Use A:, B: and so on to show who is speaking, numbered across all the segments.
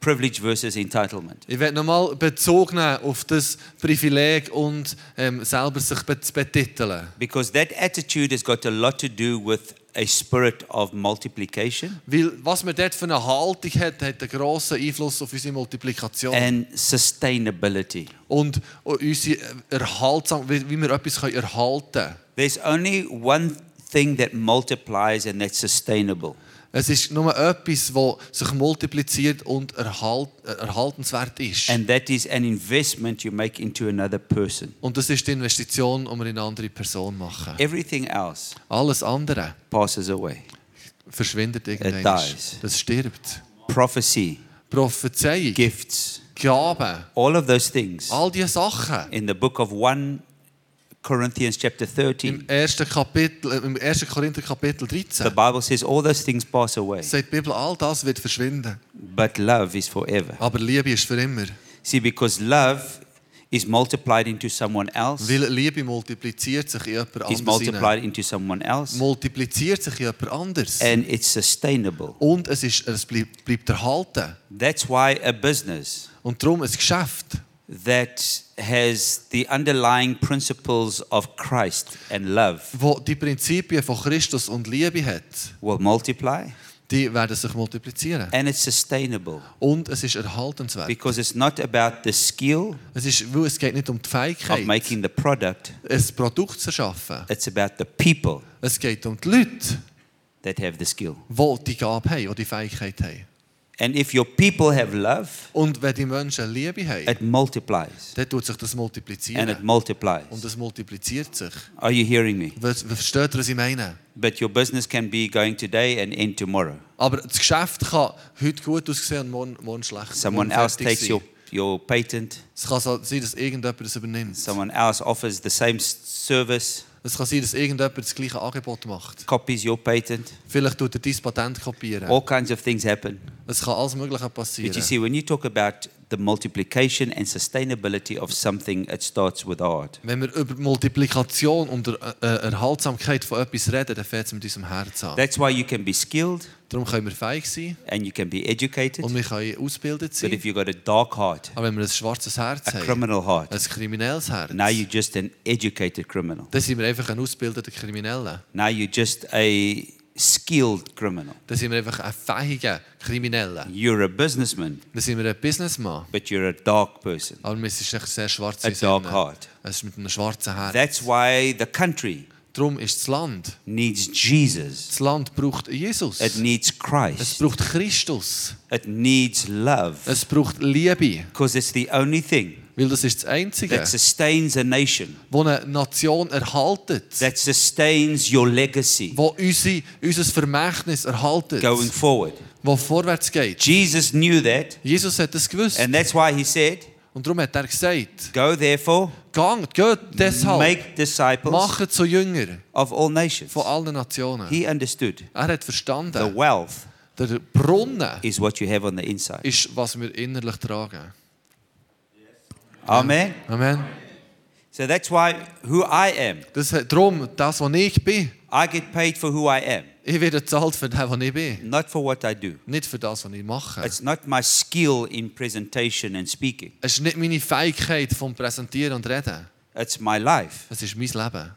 A: privilege versus entitlement.
B: Ich werde nochmal Bezug nehmen auf das Privileg und ähm, selber sich be- zu betiteln.
A: Because that attitude has got a lot to do with a spirit of multiplication
B: Weil was man dort für eine Haltung hat, hat einen grossen Einfluss auf unsere Multiplikation
A: and sustainability.
B: und unsere Erhaltsam wie, wie wir etwas können erhalten können.
A: There's only one thing that multiplies and that's sustainable.
B: Es ist nur etwas, das sich multipliziert und erhalt, äh, erhaltenswert ist.
A: And that is an investment you make into another person.
B: und das ist die Investition, die wir in eine andere Person
A: Ähm.
B: machen.
A: Everything else
B: Alles andere
A: passes away.
B: verschwindet irgendwann.
A: It dies.
B: Das stirbt.
A: Prophecy,
B: Prophezeiung,
A: gifts,
B: Gaben,
A: all of those things
B: all diese Sachen.
A: in the book of 1 Corinthians chapter 13.
B: Im ersten Kapitel, äh, im ersten Korinther Kapitel
A: The
B: 13
A: Bible says all those things pass away,
B: sagt die Bibel, all das wird verschwinden.
A: but love is forever.
B: Aber Liebe ist für immer.
A: See, because love is multiplied into someone else,
B: Weil Liebe multipliziert sich in jemand
A: is
B: anders. hinein.
A: multiplied Äh. into someone else,
B: Multipliziert sich in jemand anders.
A: and it's sustainable.
B: Und es, ist, es bleibt, bleibt erhalten.
A: That's why a business
B: Und darum ein Geschäft,
A: that has the underlying principles of Christ and love
B: wo die Prinzipien von Christus und Liebe hat,
A: will multiply
B: die werden sich multiplizieren.
A: and it's sustainable
B: Und es ist erhaltenswert.
A: because it's not about the skill
B: Es, ist, weil es geht nicht um die
A: of
B: Fähigkeit,
A: making the product,
B: ein Produkt zu erschaffen.
A: it's about the people
B: Es geht um die Leute,
A: that have the skill.
B: die die Gabe haben, die die Fähigkeit haben.
A: And if your people have love,
B: Und wenn die Menschen Liebe haben,
A: it multiplies
B: dann tut sich das
A: and it
B: multiplizieren. Und
A: multiplies.
B: es multipliziert sich.
A: Are you hearing me?
B: Was- Versteht ihr, was ich meine?
A: But your business can be going today and end tomorrow.
B: Aber das Geschäft kann heute gut aussehen und morgen, morgen schlecht.
A: Someone
B: morgen
A: else
B: fertig
A: takes
B: sein.
A: your, your patent.
B: Es kann so sein, dass irgendjemand das übernimmt.
A: Someone else offers the same s- service,
B: Es kann sein, dass irgendjemand das gleiche Angebot macht.
A: copies your patent.
B: Vielleicht tut er dein Patent kopieren.
A: All kinds of things happen.
B: Es kann alles Mögliche
A: But Oh. you
B: passieren.
A: see, when you talk about the multiplication and sustainability of something, it starts with art.
B: Wenn wir über die Multiplikation und die Erhaltsamkeit von etwas reden, dann fängt es mit unserem Herz an.
A: That's why you can be skilled
B: Darum können wir fähig sein
A: and you can be educated.
B: und wir können ausgebildet
A: But
B: sein.
A: if you've got a dark heart,
B: Aber wenn wir ein schwarzes Herz
A: a
B: haben,
A: criminal
B: ein
A: heart,
B: kriminelles Herz,
A: now you're just an educated criminal.
B: dann sind wir einfach ein ausgebildeter Krimineller.
A: Now you're just a skilled criminal.
B: Dann sind wir einfach ein fähiger Krimineller.
A: You're a businessman,
B: Dann sind wir ein Businessman.
A: but you're a dark person.
B: Aber es ist echt sehr schwarz.
A: A dark heart.
B: Es ist mit einem schwarzen Herz.
A: That's why the country
B: Darum ist das Land.
A: needs Jesus.
B: Das Land braucht Jesus.
A: It needs
B: Es
A: Christ.
B: braucht Christus.
A: It needs love.
B: Es braucht Liebe.
A: Because it's the only thing
B: Weil das ist das Einzige,
A: that sustains a nation,
B: wo eine Nation erhaltet.
A: that sustains your legacy
B: Wo unsere, unser Vermächtnis erhaltet.
A: going forward.
B: Wo vorwärts geht.
A: Jesus knew that,
B: Jesus hat das gewusst.
A: and that's why he said,
B: Und darum hat er gesagt,
A: Go therefore,
B: Gang, geht deshalb.
A: make disciples
B: Macht zu Jünger
A: of all nations.
B: von allen Nationen.
A: He understood
B: er hat
A: the
B: verstanden,
A: wealth
B: der Brunnen
A: is what you have on the inside.
B: ist, was wir innerlich tragen.
A: Amen.
B: Amen.
A: So that's why who I am,
B: Das, darum, das, was ich bin,
A: I get paid for who I am,
B: ich werde bezahlt für das, was ich bin.
A: not for what I do.
B: Nicht für das, was ich mache.
A: It's not my skill in presentation and speaking.
B: Es ist nicht meine Fähigkeit vom Präsentieren und Reden.
A: It's my life,
B: Es ist mein Leben.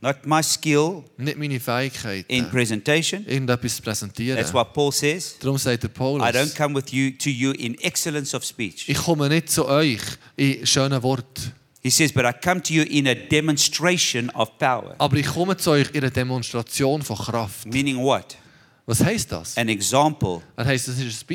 A: not my skill
B: Nicht meine Fähigkeit,
A: in presentation.
B: irgendetwas zu präsentieren.
A: That's why Paul says,
B: Darum sagt der
A: I don't
B: Paulus,
A: come with you to you in excellence of speech.
B: ich komme nicht zu euch in schönen Worten,
A: He says, but I come to you in a demonstration of power.
B: aber ich komme zu euch in einer Demonstration von Kraft.
A: Meaning what?
B: Was heisst das?
A: An example
B: Er heisst, es ist ein
A: of a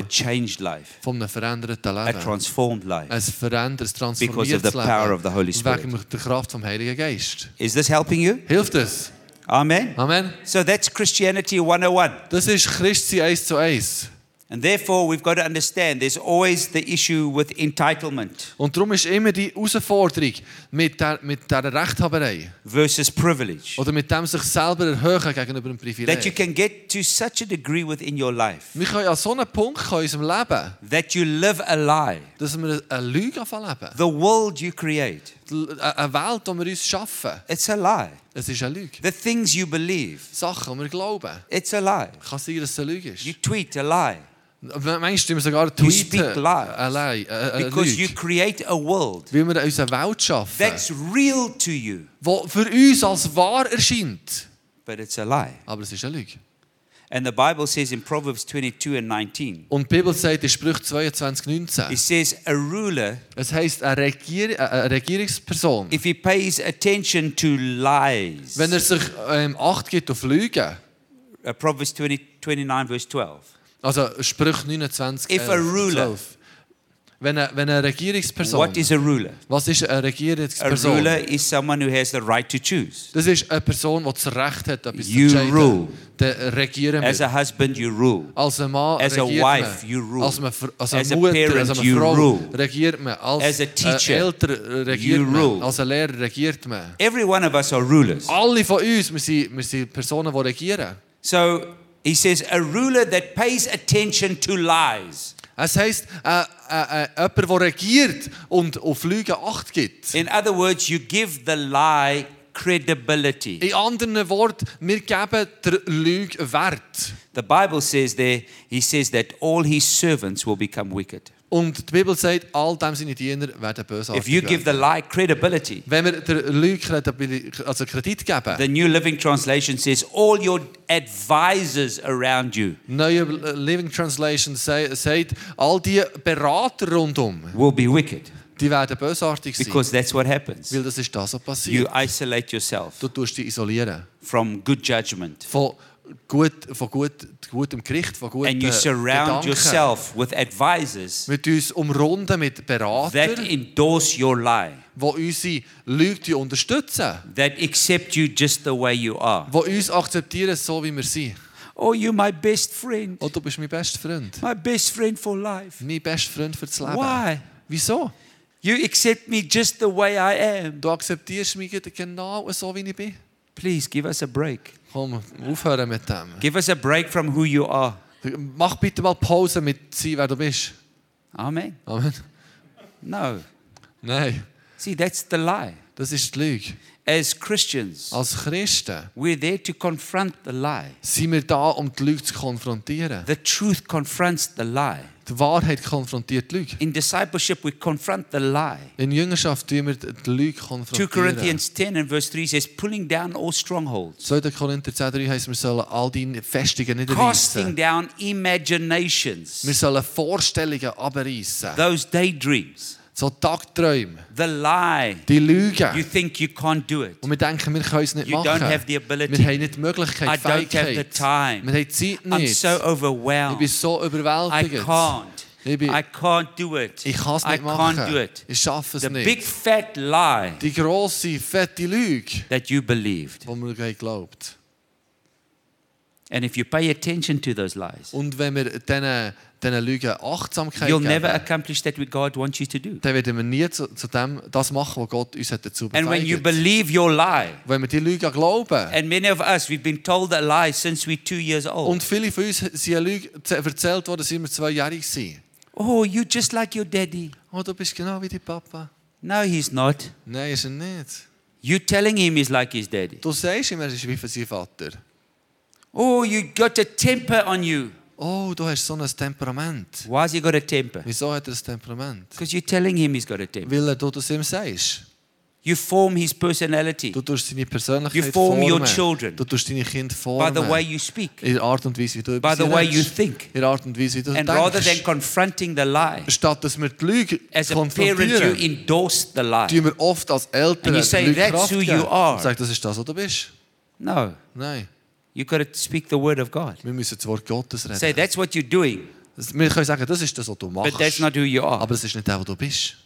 B: Beispiel
A: changed life,
B: von einem veränderten
A: a
B: Leben.
A: transformed life.
B: Ein verändertes,
A: Because of the
B: transformiertes
A: power of the Holy
B: Leben.
A: Spirit.
B: Wegen der Kraft vom Heiligen Geist.
A: Is this helping you?
B: Hilft es?
A: Amen.
B: Amen.
A: So that's Christianity 101.
B: Das ist Christi 1 zu 1.
A: And therefore, we've got to understand there's always the issue with entitlement
B: Und darum ist immer die Herausforderung mit der, mit dieser Rechthaberei
A: versus privilege.
B: oder mit dem sich selber erhöhen gegenüber dem
A: That you
B: Privileg.
A: can get to such a degree within your life
B: Wir können an so einen Punkt kommen in unserem Leben,
A: that you live a lie,
B: dass wir eine Lüge anfangen leben.
A: the world you create.
B: Die- Eine Welt, die wir uns schaffen,
A: It's a lie.
B: es ist eine Lüge.
A: The things you believe,
B: Sachen, die wir glauben,
A: it's a lie.
B: kann sein, dass es eine Lüge
A: You
B: ist.
A: tweet a lie.
B: Manchmal tun wir sogar
A: You speak
B: tweeten Eh,
A: lies.
B: allein, äh, äh,
A: because you
B: Leute,
A: create a world
B: weil wir unsere Welt schaffen,
A: that's real to you,
B: die für uns als Ah, wahr erscheint.
A: but it's a lie.
B: Aber es ist eine Lüge.
A: And the Bible says in Proverbs 22 and 19,
B: Und die Bibel sagt in Sprüche 22, 19,
A: it says, A ruler,
B: es heisst, eine, Regier äh, eine Regierungsperson,
A: if he pays attention to lies,
B: wenn er sich ähm, Acht gibt auf Lügen,
A: uh, Proverbs 20, 29, verse 12,
B: also eh, Sprüche 29,
A: If a
B: 11,
A: ruler-
B: 12, wenn eine, wenn eine Regierungsperson,
A: what is a ruler?
B: was ist eine
A: A
B: Regierungsperson?
A: ruler is someone who has the right to choose.
B: Das ist eine Person, die das Recht hat, etwas
A: You
B: zu entscheiden.
A: rule.
B: Der regieren
A: As
B: wir.
A: a husband, you rule.
B: Als ein Mann
A: as a
B: regiert
A: wife,
B: man.
A: you rule.
B: Als, eine Fr- als eine
A: As a
B: Mutter,
A: parent,
B: als eine
A: you
B: Frau
A: rule.
B: regiert man. Als eh,
A: As a
B: ein
A: teacher,
B: Eltern regiert
A: you
B: man.
A: rule.
B: Als ein Lehrer regiert man.
A: Every one of us are rulers.
B: Alle von uns, wir sind, wir sind Personen, die regieren.
A: So he says, a ruler that pays attention to lies.
B: Es heisst, äh, äh, äh, jemand, der regiert und auf Lügen Acht gibt.
A: In other words, you give the lie credibility.
B: In anderen Worten, wir geben der Lüge Wert.
A: The Bible says there, he says that all his servants will become wicked.
B: Und die Bibel sagt, all dem seine Diener werden bösartig
A: If you
B: werden.
A: give the lie credibility,
B: Wenn wir der Lüge Kreditabil- also Kredit geben,
A: the New Living Translation says all your advisors around you
B: neue äh, Living Translation sei- sagt, all die Berater rundum,
A: will be wicked
B: die werden bösartig sein,
A: because that's what happens.
B: weil das ist das, was
A: You
B: passiert.
A: isolate yourself
B: Du tust dich isolieren
A: from good judgment
B: von, gut, von gut, gutem Gericht, von guten
A: and you surround
B: Gedanken.
A: yourself with advisors
B: Mit uns umrunden mit
A: that
B: Beratern,
A: endorse your lie,
B: die unsere Lüge unterstützen,
A: that accept you just the way you are.
B: die uns akzeptieren, so wie wir sind.
A: Oh, you're my best friend,
B: Und du bist mein bester Freund.
A: my best friend for life.
B: Mein bester Freund für das Leben.
A: Why?
B: Wieso?
A: You accept me just the way I am.
B: Du akzeptierst mich gerade genau so, wie ich bin.
A: Please give us a break.
B: Komm, aufhören mit dem.
A: Give us a break from who you are.
B: Mach bitte mal Pause mit sie, wer du bist.
A: Amen.
B: Amen.
A: No.
B: Nein,
A: See, that's the lie.
B: das ist die Lüge.
A: As Christians,
B: Als Christen
A: we're there to confront the lie.
B: sind wir da, um die Lüge zu konfrontieren.
A: The truth confronts the lie.
B: Die Wahrheit konfrontiert die Lüge.
A: In discipleship, we confront the lie.
B: In Jüngerschaft tun wir die Lüge
A: 2
B: konfrontieren.
A: Corinthians 10 and verse 3 says, pulling down all strongholds.
B: 2. Korinther 10,3 heisst, wir sollen all deine Festungen
A: casting
B: niederreißen.
A: down
B: Wir
A: imaginations,
B: sollen Vorstellungen abreißen.
A: those daydreams,
B: So Tagträume,
A: the lie.
B: die
A: You
B: Lügen.
A: think you can't do it.
B: Und wir denken, wir können es nicht
A: You don't have
B: machen.
A: the
B: Wir
A: ability.
B: haben nicht die Möglichkeit,
A: I
B: die
A: don't have the
B: Fähigkeit.
A: time.
B: Wir haben die Zeit
A: I'm
B: nicht.
A: so
B: Ich bin
A: overwhelmed.
B: so
A: I
B: überwältigt.
A: can't.
B: Ich bin-
A: I can't do it.
B: Ich kann es
A: I
B: nicht
A: can't do
B: machen.
A: it.
B: Ich schaffe es
A: The big
B: nicht.
A: fat lie
B: Die grosse, fette Lüge,
A: that you believed.
B: die man gleich glaubt.
A: And if you pay attention to those lies,
B: Und wenn wir diesen, diesen Lügen Achtsamkeit
A: you'll never
B: geben,
A: accomplish that what God wants you to do.
B: dann werden wir nie zu, zu dem das machen, was Gott uns hat dazu
A: And when you
B: befähigt.
A: believe your lie,
B: Wenn wir die Lüge glauben,
A: and many of us, we've been told a lie since we're two years old.
B: und viele von uns sind eine Lüge z- erzählt worden, sind wir zweijährig waren.
A: Oh, you're just like your daddy.
B: Oh, du bist genau wie dein Papa.
A: No, he's not.
B: Nein, ist er nicht.
A: You telling him he's like his daddy.
B: Du sagst ihm, er ist wie für sein Vater.
A: Oh, you got a temper on you.
B: Oh, du hast so ein Temperament.
A: Why's he got a temper?
B: Wieso hat er ein Temperament?
A: Because you're telling him he's got a temper.
B: Weil du das ihm sagst.
A: You form his personality
B: Du tust seine
A: You
B: Persönlichkeit
A: form
B: formen.
A: your children.
B: Du tust deine Kinder
A: by
B: formen.
A: the way you speak,
B: in der Art und Weise, wie du
A: by
B: über
A: the
B: sie
A: way you
B: redest.
A: think.
B: In der Art und Weise, wie du
A: And rather than
B: denkst.
A: confronting the lie,
B: Statt dass wir die Lüge
A: as a parent,
B: konfrontieren,
A: you endorse the lie.
B: tun wir oft als Eltern
A: And you say,
B: die Lüge
A: "That's
B: Kraft
A: who you
B: geben."
A: are.
B: Und sagen, das ist das, was du bist.
A: No,
B: Nein,
A: you've got to speak the word of God.
B: wir müssen das Wort Gottes reden.
A: Say, that's what you're doing,
B: wir können sagen, das ist das, was du
A: but that's
B: machst.
A: not who you are.
B: Aber das ist nicht das, was du bist.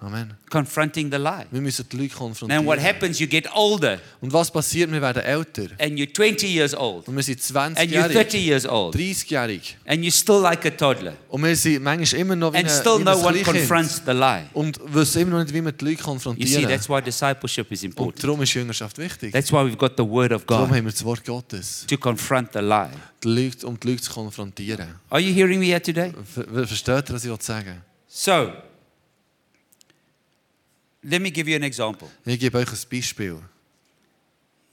B: Amen.
A: Confronting the lie.
B: Wir müssen die Lüge
A: And what
B: konfrontieren.
A: happens, you get older
B: Und was passiert? Wir werden älter.
A: and you're 20 years old
B: Und wir sind
A: and you're 30
B: 20-jährig,
A: years old
B: 30-jährig.
A: and you're still like a toddler.
B: Und wir sind manchmal immer noch wie
A: And
B: ein,
A: still
B: wie
A: no one
B: ein Kleinkind.
A: confronts the lie.
B: Und wissen immer noch nicht, wie wir die Leute
A: You see,
B: konfrontieren.
A: that's why discipleship is
B: und
A: important.
B: darum ist Jüngerschaft wichtig.
A: That's why we've got the word of
B: darum
A: God
B: haben wir das Wort Gottes,
A: to confront the lie.
B: die Leute, um die Leute zu konfrontieren.
A: Are you hearing me here today?
B: Ver ver- versteht ihr, was ich sagen
A: So, let me give you an example.
B: will? Ich gebe euch ein Beispiel.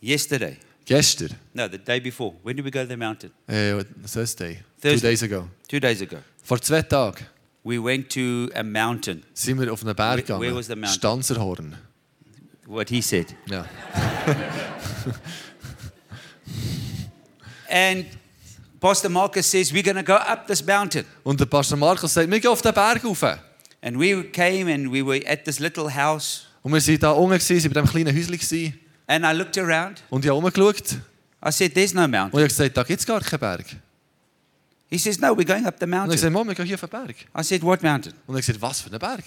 A: Yesterday,
B: Gestern,
A: No, the day before. When did we go to the mountain?
B: äh, Thursday, two
A: Thursday.
B: days ago.
A: Two days ago.
B: Vor zwei Tagen
A: We went to a mountain.
B: sind wir auf einen Berg
A: Where- where was the
B: gegangen.
A: mountain?
B: Stanzerhorn.
A: What he said.
B: Ja.
A: And Pastor Marcus says, We're going to go up this mountain.
B: Und der Pastor Markus sagt, wir gehen auf den Berg rauf.
A: And we came and we were at this little house.
B: Und wir waren da unten, gewesen, sind bei diesem kleinen Häuschen gewesen.
A: And I looked around.
B: und ich habe rumgeschaut.
A: I said, There's no mountain.
B: Und ich habe gesagt, da gibt es gar keinen Berg.
A: He says, No, we're going up the
B: Und ich
A: mountain.
B: sagte, Mom, wir gehen hier auf den Berg.
A: I said, What mountain?
B: Und ich sagte, was für einen Berg?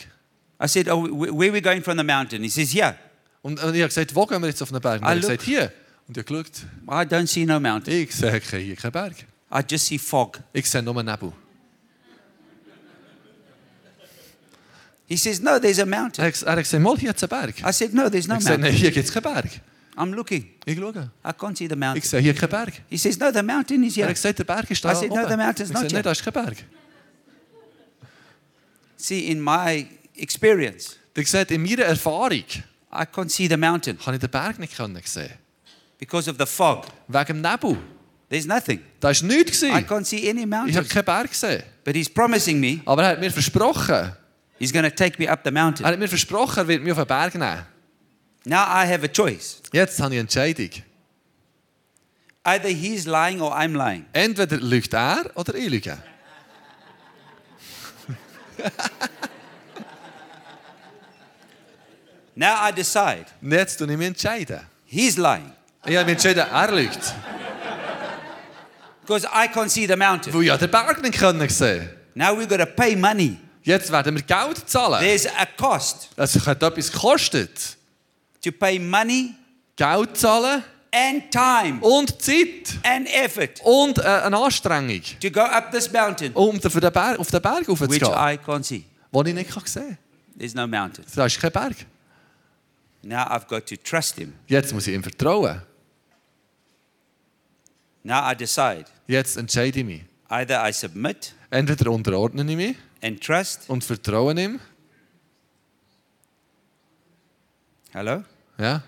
A: I said, Oh, wh- where are we going from the mountain? He says, Yeah,
B: Und, und ich habe gesagt, wo gehen wir jetzt auf den Berg? Und
A: Ah,
B: er hat
A: look.
B: gesagt, hier. Und ich habe geschaut,
A: I don't see no mountain.
B: ich sehe keinen- hier keinen Berg.
A: I just see fog.
B: Ich sehe nur Nebel.
A: He says, No, there's a mountain.
B: Er hat ges- er hat gesagt, mal, hier hat es einen Berg.
A: I said, No, there's no
B: ich sagte, nein,
A: mountain.
B: hier gibt es keinen Berg.
A: I'm looking.
B: Ich schaue.
A: I can't see the
B: Ich
A: mountain.
B: sehe hier keinen Berg.
A: He says, No, the mountain is
B: Er
A: here.
B: hat gesagt, der Berg ist
A: I
B: da
A: said,
B: oben.
A: no, the mountain's
B: ich
A: not
B: sagte, nein,
A: yet.
B: da ist kein Berg.
A: See, in my experience,
B: Er sagt, in meiner Erfahrung
A: I can't see the mountain
B: habe ich den Berg nicht können sehen.
A: because of the fog.
B: Wegen dem Nebel.
A: There's nothing.
B: Da war nichts.
A: I
B: gewesen.
A: can't see any
B: Ich habe
A: mountain.
B: keinen Berg gesehen.
A: But he's promising me
B: Aber er hat mir versprochen,
A: he's going to take me up the
B: er
A: mountain.
B: hat mir versprochen, er wird mich auf den Berg nehmen.
A: Now I have a choice.
B: Jetzt habe ich eine Entscheidung.
A: Either he's lying or I'm lying.
B: Entweder lügt er oder ich lüge.
A: Now I decide
B: Und jetzt tue ich mich entscheiden.
A: he's lying
B: Ich habe mich entschieden, er lügt.
A: because I can't see the mountain.
B: Weil ich ja den Berg nicht können sehen
A: Now we've got to pay money.
B: Jetzt werden wir Geld zahlen.
A: There's a cost
B: Es hat etwas gekostet.
A: to pay money
B: Geld zahlen
A: and time
B: und Zeit
A: and effort
B: und äh, eine Anstrengung,
A: to go up this mountain,
B: um für den Berg, auf den Berg
A: which
B: raufzugehen,
A: I can't see.
B: den ich nicht kann sehen
A: There's no mountain.
B: kann. Da ist kein Berg.
A: Now I've got to trust him.
B: Jetzt muss ich ihm vertrauen.
A: Now I decide
B: Jetzt entscheide ich mich.
A: either I submit
B: Entweder unterordne ich mich
A: and trust.
B: und vertraue ihm.
A: Hello?
B: Ja?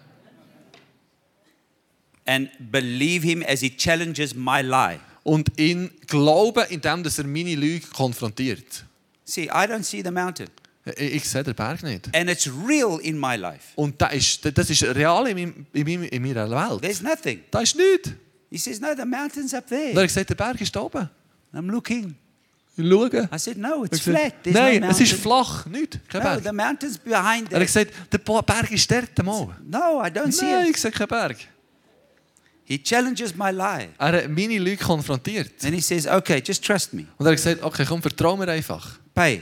A: and believe him as he challenges my lie.
B: Und ihn glauben, indem dass er meine Lüge konfrontiert.
A: See, I don't see the mountain,
B: Ich, ich sehe den Berg nicht.
A: and it's real in my life.
B: Und das ist, das ist real in, meinem, in, meinem, in meiner Welt.
A: There's nothing.
B: Da ist nichts.
A: He says, No, the mountain's up
B: Und er
A: there.
B: hat gesagt, der Berg ist da oben.
A: I'm looking.
B: Ich schaue. Er
A: I said, No,
B: hat
A: it's
B: gesagt,
A: flat. There's
B: Nein,
A: no
B: es ist
A: mountain.
B: flach. Nicht. Kein
A: No,
B: Berg.
A: the mountain's behind
B: Er hat
A: there.
B: gesagt, der Bo- Berg ist dort mal.
A: No, I don't see
B: Nein,
A: it.
B: ich sehe keinen Berg.
A: He challenges my lie.
B: Er hat meine Leute konfrontiert.
A: Then he says, Okay, just trust me.
B: Und er hat gesagt, okay, komm, vertrau mir einfach.
A: Pay.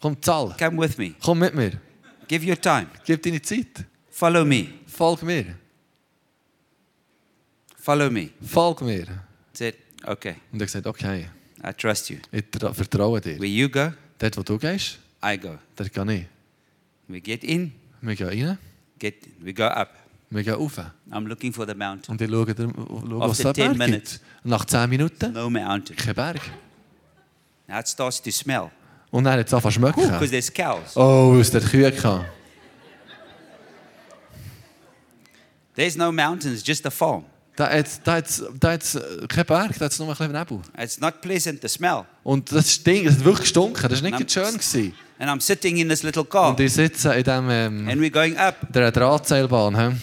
B: Komm, zahl.
A: Come with me.
B: Komm mit mir.
A: Give your time.
B: Gib deine Zeit.
A: Follow me.
B: Folg mir.
A: Follow me.
B: Folg mir.
A: I said, Okay,
B: Und er hat gesagt, okay,
A: I trust you.
B: ich tra- vertraue dir.
A: Where you go,
B: Dort, wo du gehst,
A: I go.
B: dort gehe ich.
A: We get in,
B: Wir gehen rein,
A: get we go up.
B: wir gehen rauf.
A: I'm looking for the mountain.
B: Und ich schaue, dir- schaue was
A: After
B: es da
A: 10
B: Berg
A: minutes.
B: gibt. Nach 10 Minuten,
A: No mountain.
B: kein Berg.
A: Now it starts to smell
B: Und dann hat es angefangen zu
A: because
B: schmecken.
A: there's cows.
B: Oh, weil es dort Kühe hatte.
A: There's no mountains, just a farm.
B: Da hat es da hat's- da hat's, äh, kein Berg, da hat es nur ein bisschen Nebel.
A: It's not pleasant, the smell.
B: Und das stinkt, es hat wirklich gestunken. Das war
A: Nam-
B: nicht gerade schön. Gewesen.
A: And I'm sitting in this little car
B: Und ich sitze in dem, ähm,
A: and we're going up.
B: der Drahtseilbahn. hä?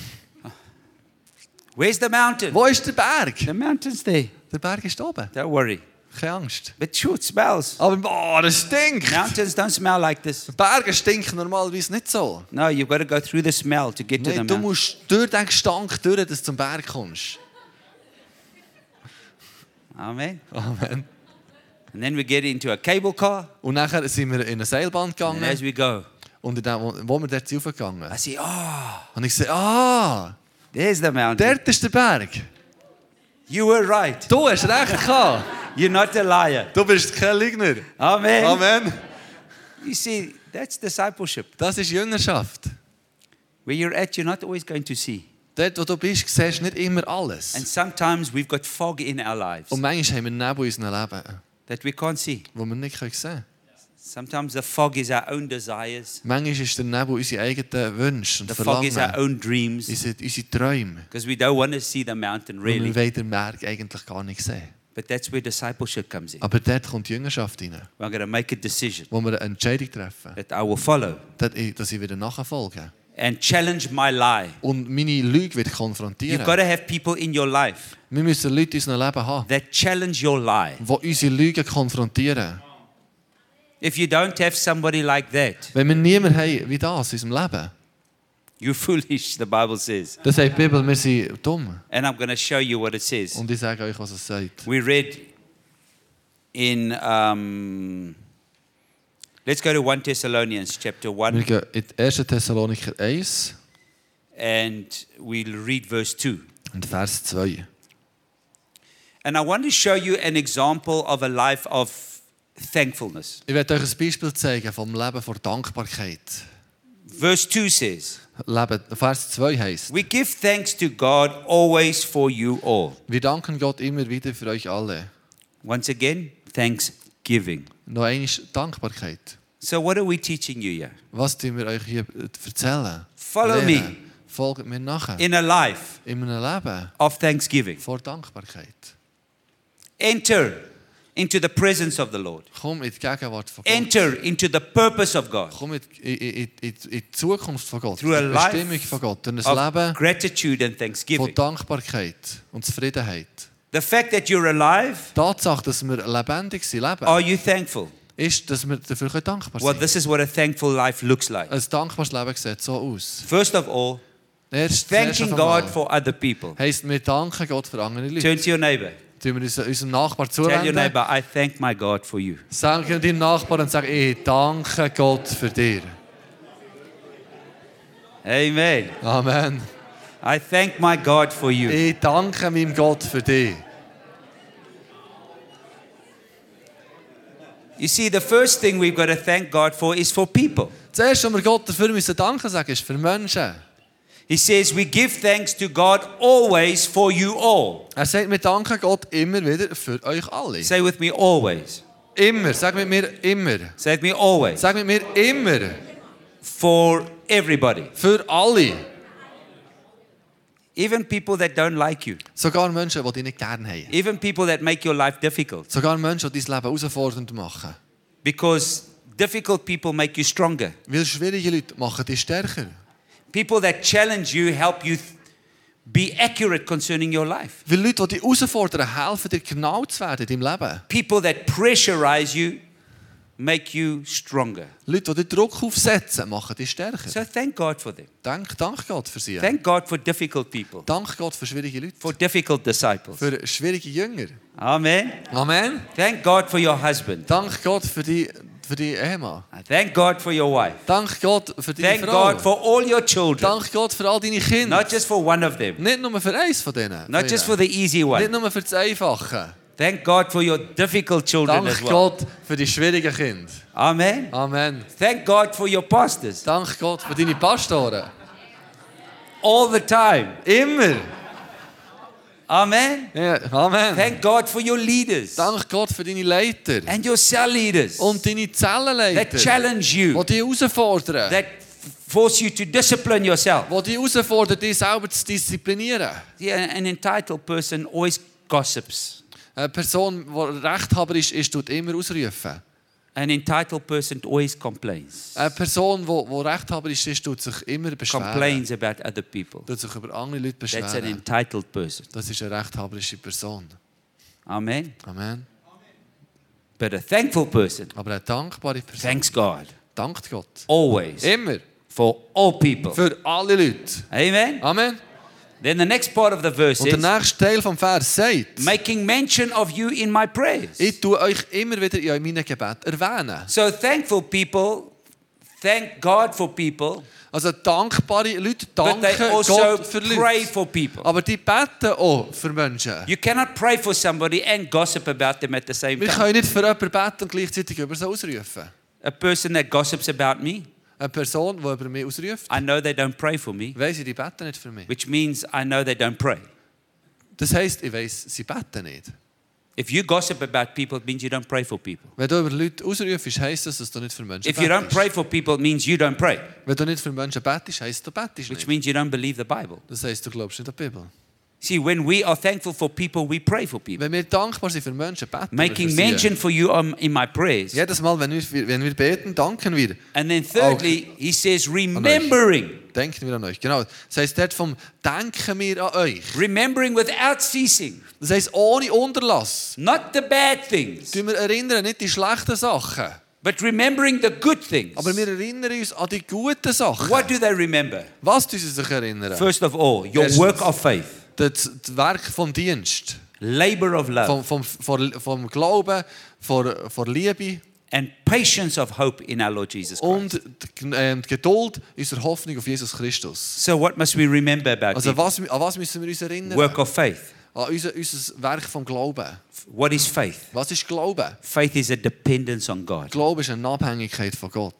A: Where's the mountain?
B: Wo ist der Berg?
A: The mountain's there.
B: Der Berg ist oben.
A: Don't worry.
B: Keine Angst. Oh,
A: But sure, it smells.
B: Aber boah, das stinkt.
A: Mountains don't smell like this.
B: Berge stinken normalerweise nicht so.
A: No, you've got to go through the smell to get to the
B: Nein, du
A: mountain.
B: musst durch den Gestank durch, dass du zum Berg kommst.
A: Amen.
B: Amen.
A: And then we get into a cable car.
B: Und nachher sind wir in eine Seilbahn
A: And as
B: gegangen.
A: we go,
B: Und in dem, wo- wo wir dort raufgegangen
A: I
B: sind.
A: see, oh,
B: Und ich sehe, ah,
A: there's the mountain.
B: dort ist der Berg.
A: You were right.
B: Du hast recht gehabt.
A: You're not a liar.
B: Du bist kein Lügner.
A: Amen.
B: Amen.
A: You see, that's discipleship.
B: Das ist Jüngerschaft.
A: Where you're at, you're not always going to see.
B: Dort, wo du bist, siehst du nicht immer
A: And
B: alles.
A: sometimes we've got fog in our lives
B: Und manchmal haben wir Nebel in unserem Leben,
A: that we can't see.
B: wo wir nicht sehen können.
A: Sometimes the fog is our own desires.
B: Manchmal ist der Nebel unsere eigenen Wünsche und
A: The fog is our
B: Verlangen,
A: own dreams
B: unsere, unsere Träume.
A: because we don't want to see the mountain
B: Really?
A: really.
B: Wir wollen den Berg eigentlich gar nicht sehen.
A: But that's where discipleship comes in.
B: Aber dort kommt die Jüngerschaft rein,
A: We're going to make a decision
B: wo wir eine Entscheidung treffen,
A: that I will follow
B: dass ich, dass ich wieder nachfolge.
A: and challenge my lie.
B: Und meine Lüge wird
A: You've got
B: konfrontieren.
A: to have people in your life
B: Wir müssen Leute in unserem Leben haben,
A: that challenge your lie.
B: die unsere Lügen konfrontieren.
A: If you don't have somebody like that,
B: Wenn wir niemanden haben wie das in unserem Leben,
A: you're foolish, the Bible says.
B: dann sagt die Bibel, wir sind dumm.
A: And I'm going to show you what it says.
B: Und ich sage euch, was es sagt.
A: We read in, um, let's go to 1 Thessalonians chapter
B: Wir
A: 1,
B: gehen in 1. Thessaloniker 1
A: and we'll read verse 2.
B: und Vers 2.
A: And I want to show you an example of a life of thankfulness.
B: Ich werde euch ein Beispiel zeigen vom Leben vor Dankbarkeit.
A: Verse 2 says,
B: Leben, Vers 2 heißt:
A: We give thanks to God always for you all.
B: Wir danken Gott immer wieder für euch alle.
A: Once again, thanksgiving.
B: Noch einmal Dankbarkeit.
A: So, what are we teaching you here?
B: Was tun wir euch hier äh, erzählen?
A: Follow
B: Lehren. Folgt mir nachher.
A: In a life
B: In einem Leben
A: of thanksgiving,
B: vor Dankbarkeit.
A: enter into the presence of the Lord,
B: Komm in die Gegenwart von Gott.
A: enter into the purpose of God
B: Komm in, die- in, in, in in die Zukunft von Gott.
A: Through a
B: in die
A: life
B: Bestimmung von Gott. Durch ein
A: of
B: Leben
A: gratitude and thanksgiving.
B: von Dankbarkeit und Zufriedenheit.
A: The fact that you're alive,
B: Die Tatsache, dass wir lebendig sind, leben,
A: are you thankful?
B: ist, dass wir dafür können dankbar
A: Well,
B: sein können.
A: this is what a thankful life looks like.
B: Ein dankbares Leben sieht so aus.
A: First of all,
B: Erst
A: thanking God for other people.
B: Heißt, wir danken Gott für andere Leute.
A: Turn to your neighbor.
B: Tun wir uns unserem Nachbar
A: Tell your
B: zuwenden.
A: neighbor, I thank my God for you.
B: Sagen wir deinem Nachbarn und sagen, ich danke Gott für dir.
A: Amen.
B: Amen.
A: I thank my God for you.
B: Ich danke meinem Gott für dich.
A: You see, the first thing we've got to thank God for is for people.
B: Zuerst, was wir Gott dafür müssen danken sagen, ist für Menschen.
A: He says, We give thanks to God always for you all.
B: Er sagt, wir danken Gott immer wieder für euch alle.
A: Say with me, always.
B: Immer. Sag mit mir immer.
A: Say with me, always.
B: Sag mit mir immer.
A: For everybody.
B: Für alle.
A: Even people that don't like you.
B: Sogar Menschen, die dich nicht gerne haben.
A: Even people that make your life difficult.
B: Sogar Menschen, die dein Leben herausfordernd machen.
A: Because difficult people make you stronger.
B: Weil schwierige Leute machen dich stärker.
A: People that challenge you help you th- be accurate concerning your life.
B: Weil Leute, die dich herausfordern, helfen dir genau zu werden in deinem Leben.
A: People that pressurize you make you stronger.
B: Leute, die dir Druck aufsetzen, machen dich stärker.
A: So thank God for them.
B: Dank, dank Gott für sie.
A: Thank God for difficult people,
B: Dank Gott für schwierige Leute.
A: for difficult disciples.
B: Für schwierige Jünger.
A: Amen.
B: Amen.
A: Thank God for your husband.
B: Dank Gott für die, für die Ehemann.
A: Thank God for your wife.
B: Dank Gott für deine
A: Thank
B: Frau.
A: God for all your children,
B: Dank Gott für all deine Kinder.
A: not just for one of them,
B: Nicht nur für eins von denen.
A: not
B: von
A: just for
B: ihnen.
A: the easy
B: Nicht
A: one.
B: nur für das Einfache.
A: Thank God for your difficult children
B: Dank
A: as well.
B: Gott für die schwierigen Kinder.
A: Amen.
B: Amen.
A: Thank God for your pastors
B: Dank Gott für deine Pastoren.
A: all the time.
B: Immer.
A: Amen.
B: Ja, Amen.
A: Thank God for your leaders
B: Dank Gott für deine Leiter.
A: and your cell leaders
B: Und deine
A: that
B: Zellenleiter.
A: challenge you,
B: Die dich herausfordern.
A: that f- force you to discipline yourself.
B: Die dich herausfordern, dich selber zu disziplinieren.
A: Yeah, an entitled person always gossips.
B: Eine Person, die Rechthaber ist, ist tut immer ausrufen.
A: An entitled person always complains.
B: Eine Person, die, die Rechthaber ist, ist tut sich immer beschweren.
A: Complains about other people.
B: Tut sich über andere Leute
A: That's an
B: beschweren.
A: entitled person.
B: Das ist eine rechthaberische Person.
A: Amen.
B: Amen.
A: But a thankful person
B: Aber eine dankbare Person
A: thanks God
B: dankt Gott.
A: always
B: Immer.
A: for Uh, all people.
B: Für alle Leute.
A: Amen.
B: Amen.
A: Then the next part of the verse
B: Und der
A: is
B: nächste Teil vom Vers sagt,
A: making mention of you in my prayers.
B: ich tue euch immer wieder in meinen Gebet erwähnen.
A: So thankful people thank God for people,
B: Also dankbare Leute
A: but they
B: danken
A: also
B: Gott für
A: pray
B: Leute.
A: for people.
B: Aber die beten auch für Menschen.
A: You cannot pray for somebody and gossip about them at the same
B: Wir
A: time.
B: können nicht für jemanden beten und gleichzeitig über sie ausrufen.
A: A person that gossips about me,
B: Eine Person, die über mich ausruft,
A: I know they don't pray for me,
B: weiss ich, die beten nicht für mich.
A: which means I know they don't pray.
B: Das heisst, ich weiss, sie beten nicht.
A: If you gossip about people, it means you don't pray for people.
B: Wenn du über Leute ausrufst, heisst das, dass du nicht für Menschen
A: If you don't
B: betest.
A: pray for people, it means you don't pray,
B: Wenn du nicht für Menschen betest, heisst du betest
A: which
B: nicht.
A: means you don't believe the Bible.
B: Das heisst, du glaubst nicht an die Bibel.
A: See, when we are thankful for people, we pray for people.
B: Wenn wir dankbar sind für Menschen, beten wir
A: Making
B: für sie.
A: mention for you um, in my prayers.
B: Jedes Mal, wenn wir, wenn wir beten, danken wir.
A: And then thirdly, he says, remembering.
B: Denken wir an euch. Genau. Das heisst dort vom Denken wir an euch.
A: Remembering without ceasing.
B: Das heisst, ohne Unterlass.
A: Not the bad things,
B: Tun wir erinnern, nicht die schlechten Sachen.
A: but remembering the good things.
B: Aber wir erinnern uns an die guten Sachen.
A: What do they remember?
B: Was tun sie sich erinnern?
A: First of all, your
B: Yes.
A: work of faith,
B: das, das Werk vom Dienst,
A: labor of love,
B: vom, vom, vom, vom Glauben, von, von Liebe
A: and patience of hope in our Lord Jesus Christ.
B: und die, ähm, die Geduld unserer Hoffnung auf Jesus Christus.
A: So, what must we remember about
B: Also
A: people?
B: was, an was müssen wir uns erinnern?
A: work of faith?
B: An unser, unser Werk vom Glauben.
A: What is faith?
B: Was ist Glauben?
A: Faith is a dependence on God.
B: Glaube ist eine Abhängigkeit von Gott.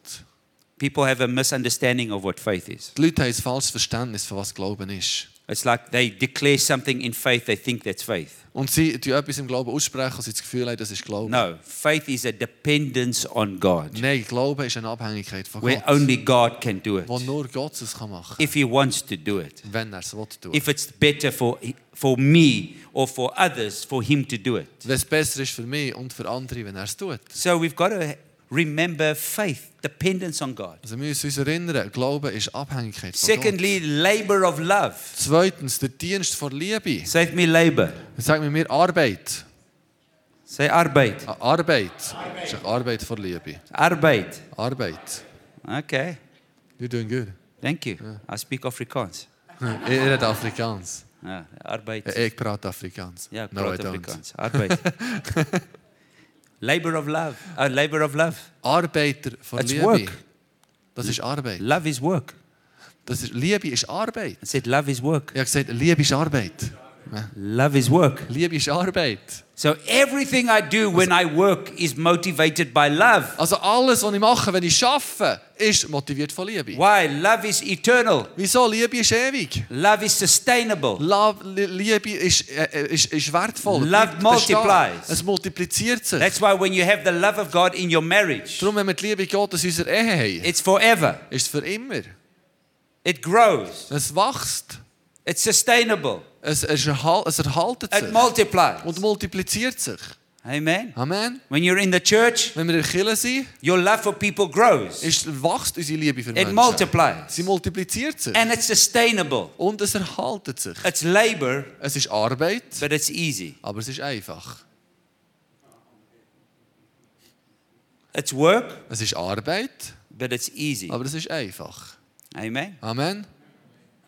A: People have a misunderstanding of what faith is.
B: Die Leute haben ein falsches Verständnis von was Glauben ist.
A: It's like they declare something in faith, they think that's faith.
B: Und sie tun etwas im Glauben aussprechen und sie das Gefühl haben, das ist Glauben.
A: No, faith is a dependence on God,
B: Nein, Glauben ist eine Abhängigkeit von
A: where
B: Gott.
A: only God can do it,
B: wo nur Gott es kann machen
A: if He wants to do it,
B: wenn er es will tun.
A: if it's better for, for me or for others, for Him to do it.
B: Wenn es besser ist für mich und für andere, wenn er es tut.
A: So we've got to remember faith, dependence on God.
B: Also wir müssen uns erinnern, Glauben ist Abhängigkeit von Gott.
A: Secondly, labor of love.
B: Zweitens, der Dienst vor Liebe.
A: Say with me, labor.
B: Sagen wir mir Arbeit.
A: Say Arbeit.
B: Ah, Arbeit. Arbeit. Ist echt Arbeit vor Liebe.
A: Arbeit.
B: Arbeit.
A: Okay.
B: You're doing good.
A: Thank you. I speak Afrikaans.
B: Ich ich rede Afrikaans.
A: Ja, Arbeit.
B: Äh, Ich prate Afrikaans. Nou,
A: Ja, ik
B: no, I
A: praat
B: don't.
A: Afrikaans. Arbeid. labor of love. Uh, labor of love.
B: Arbeiter vor
A: It's
B: Liebe.
A: work.
B: Das ist Arbeit.
A: Love is work.
B: Das ist, Liebe ist Arbeit.
A: I said love is work.
B: Ich habe gesagt, Liebe ist Arbeit.
A: Love is work.
B: Liebe ist Arbeit.
A: So everything I do when I work is motivated by love.
B: Also alles, was ich mache, wenn ich arbeite, ist motiviert von Liebe.
A: Why? Love is eternal.
B: Wieso? Liebe ist ewig.
A: Love is sustainable.
B: Love, Li- Liebe ist, äh, äh, ist, ist
A: Love
B: wertvoll. Bleibt bestehen.
A: multiplies.
B: Es multipliziert sich.
A: That's why when you have the love of God in your marriage,
B: Darum, wenn wir die Liebe Gottes in unserer Ehe haben,
A: it's forever.
B: ist es für immer.
A: It grows.
B: Es wächst.
A: It's sustainable.
B: Es, es, erhal es erhaltet
A: It
B: sich.
A: multiplies.
B: Und multipliziert sich.
A: Amen.
B: Amen.
A: When you're in the church,
B: Wenn wir in der Kirche sind,
A: your love for people grows.
B: ist, wächst unsere Liebe für
A: It
B: Menschen.
A: multiplies.
B: Sie multipliziert sich.
A: And it's sustainable.
B: Und es erhaltet sich.
A: It's labor,
B: Es ist Arbeit,
A: but it's easy.
B: aber es ist einfach.
A: It's work,
B: Es ist Arbeit,
A: but it's easy.
B: aber es ist einfach.
A: Amen.
B: Amen.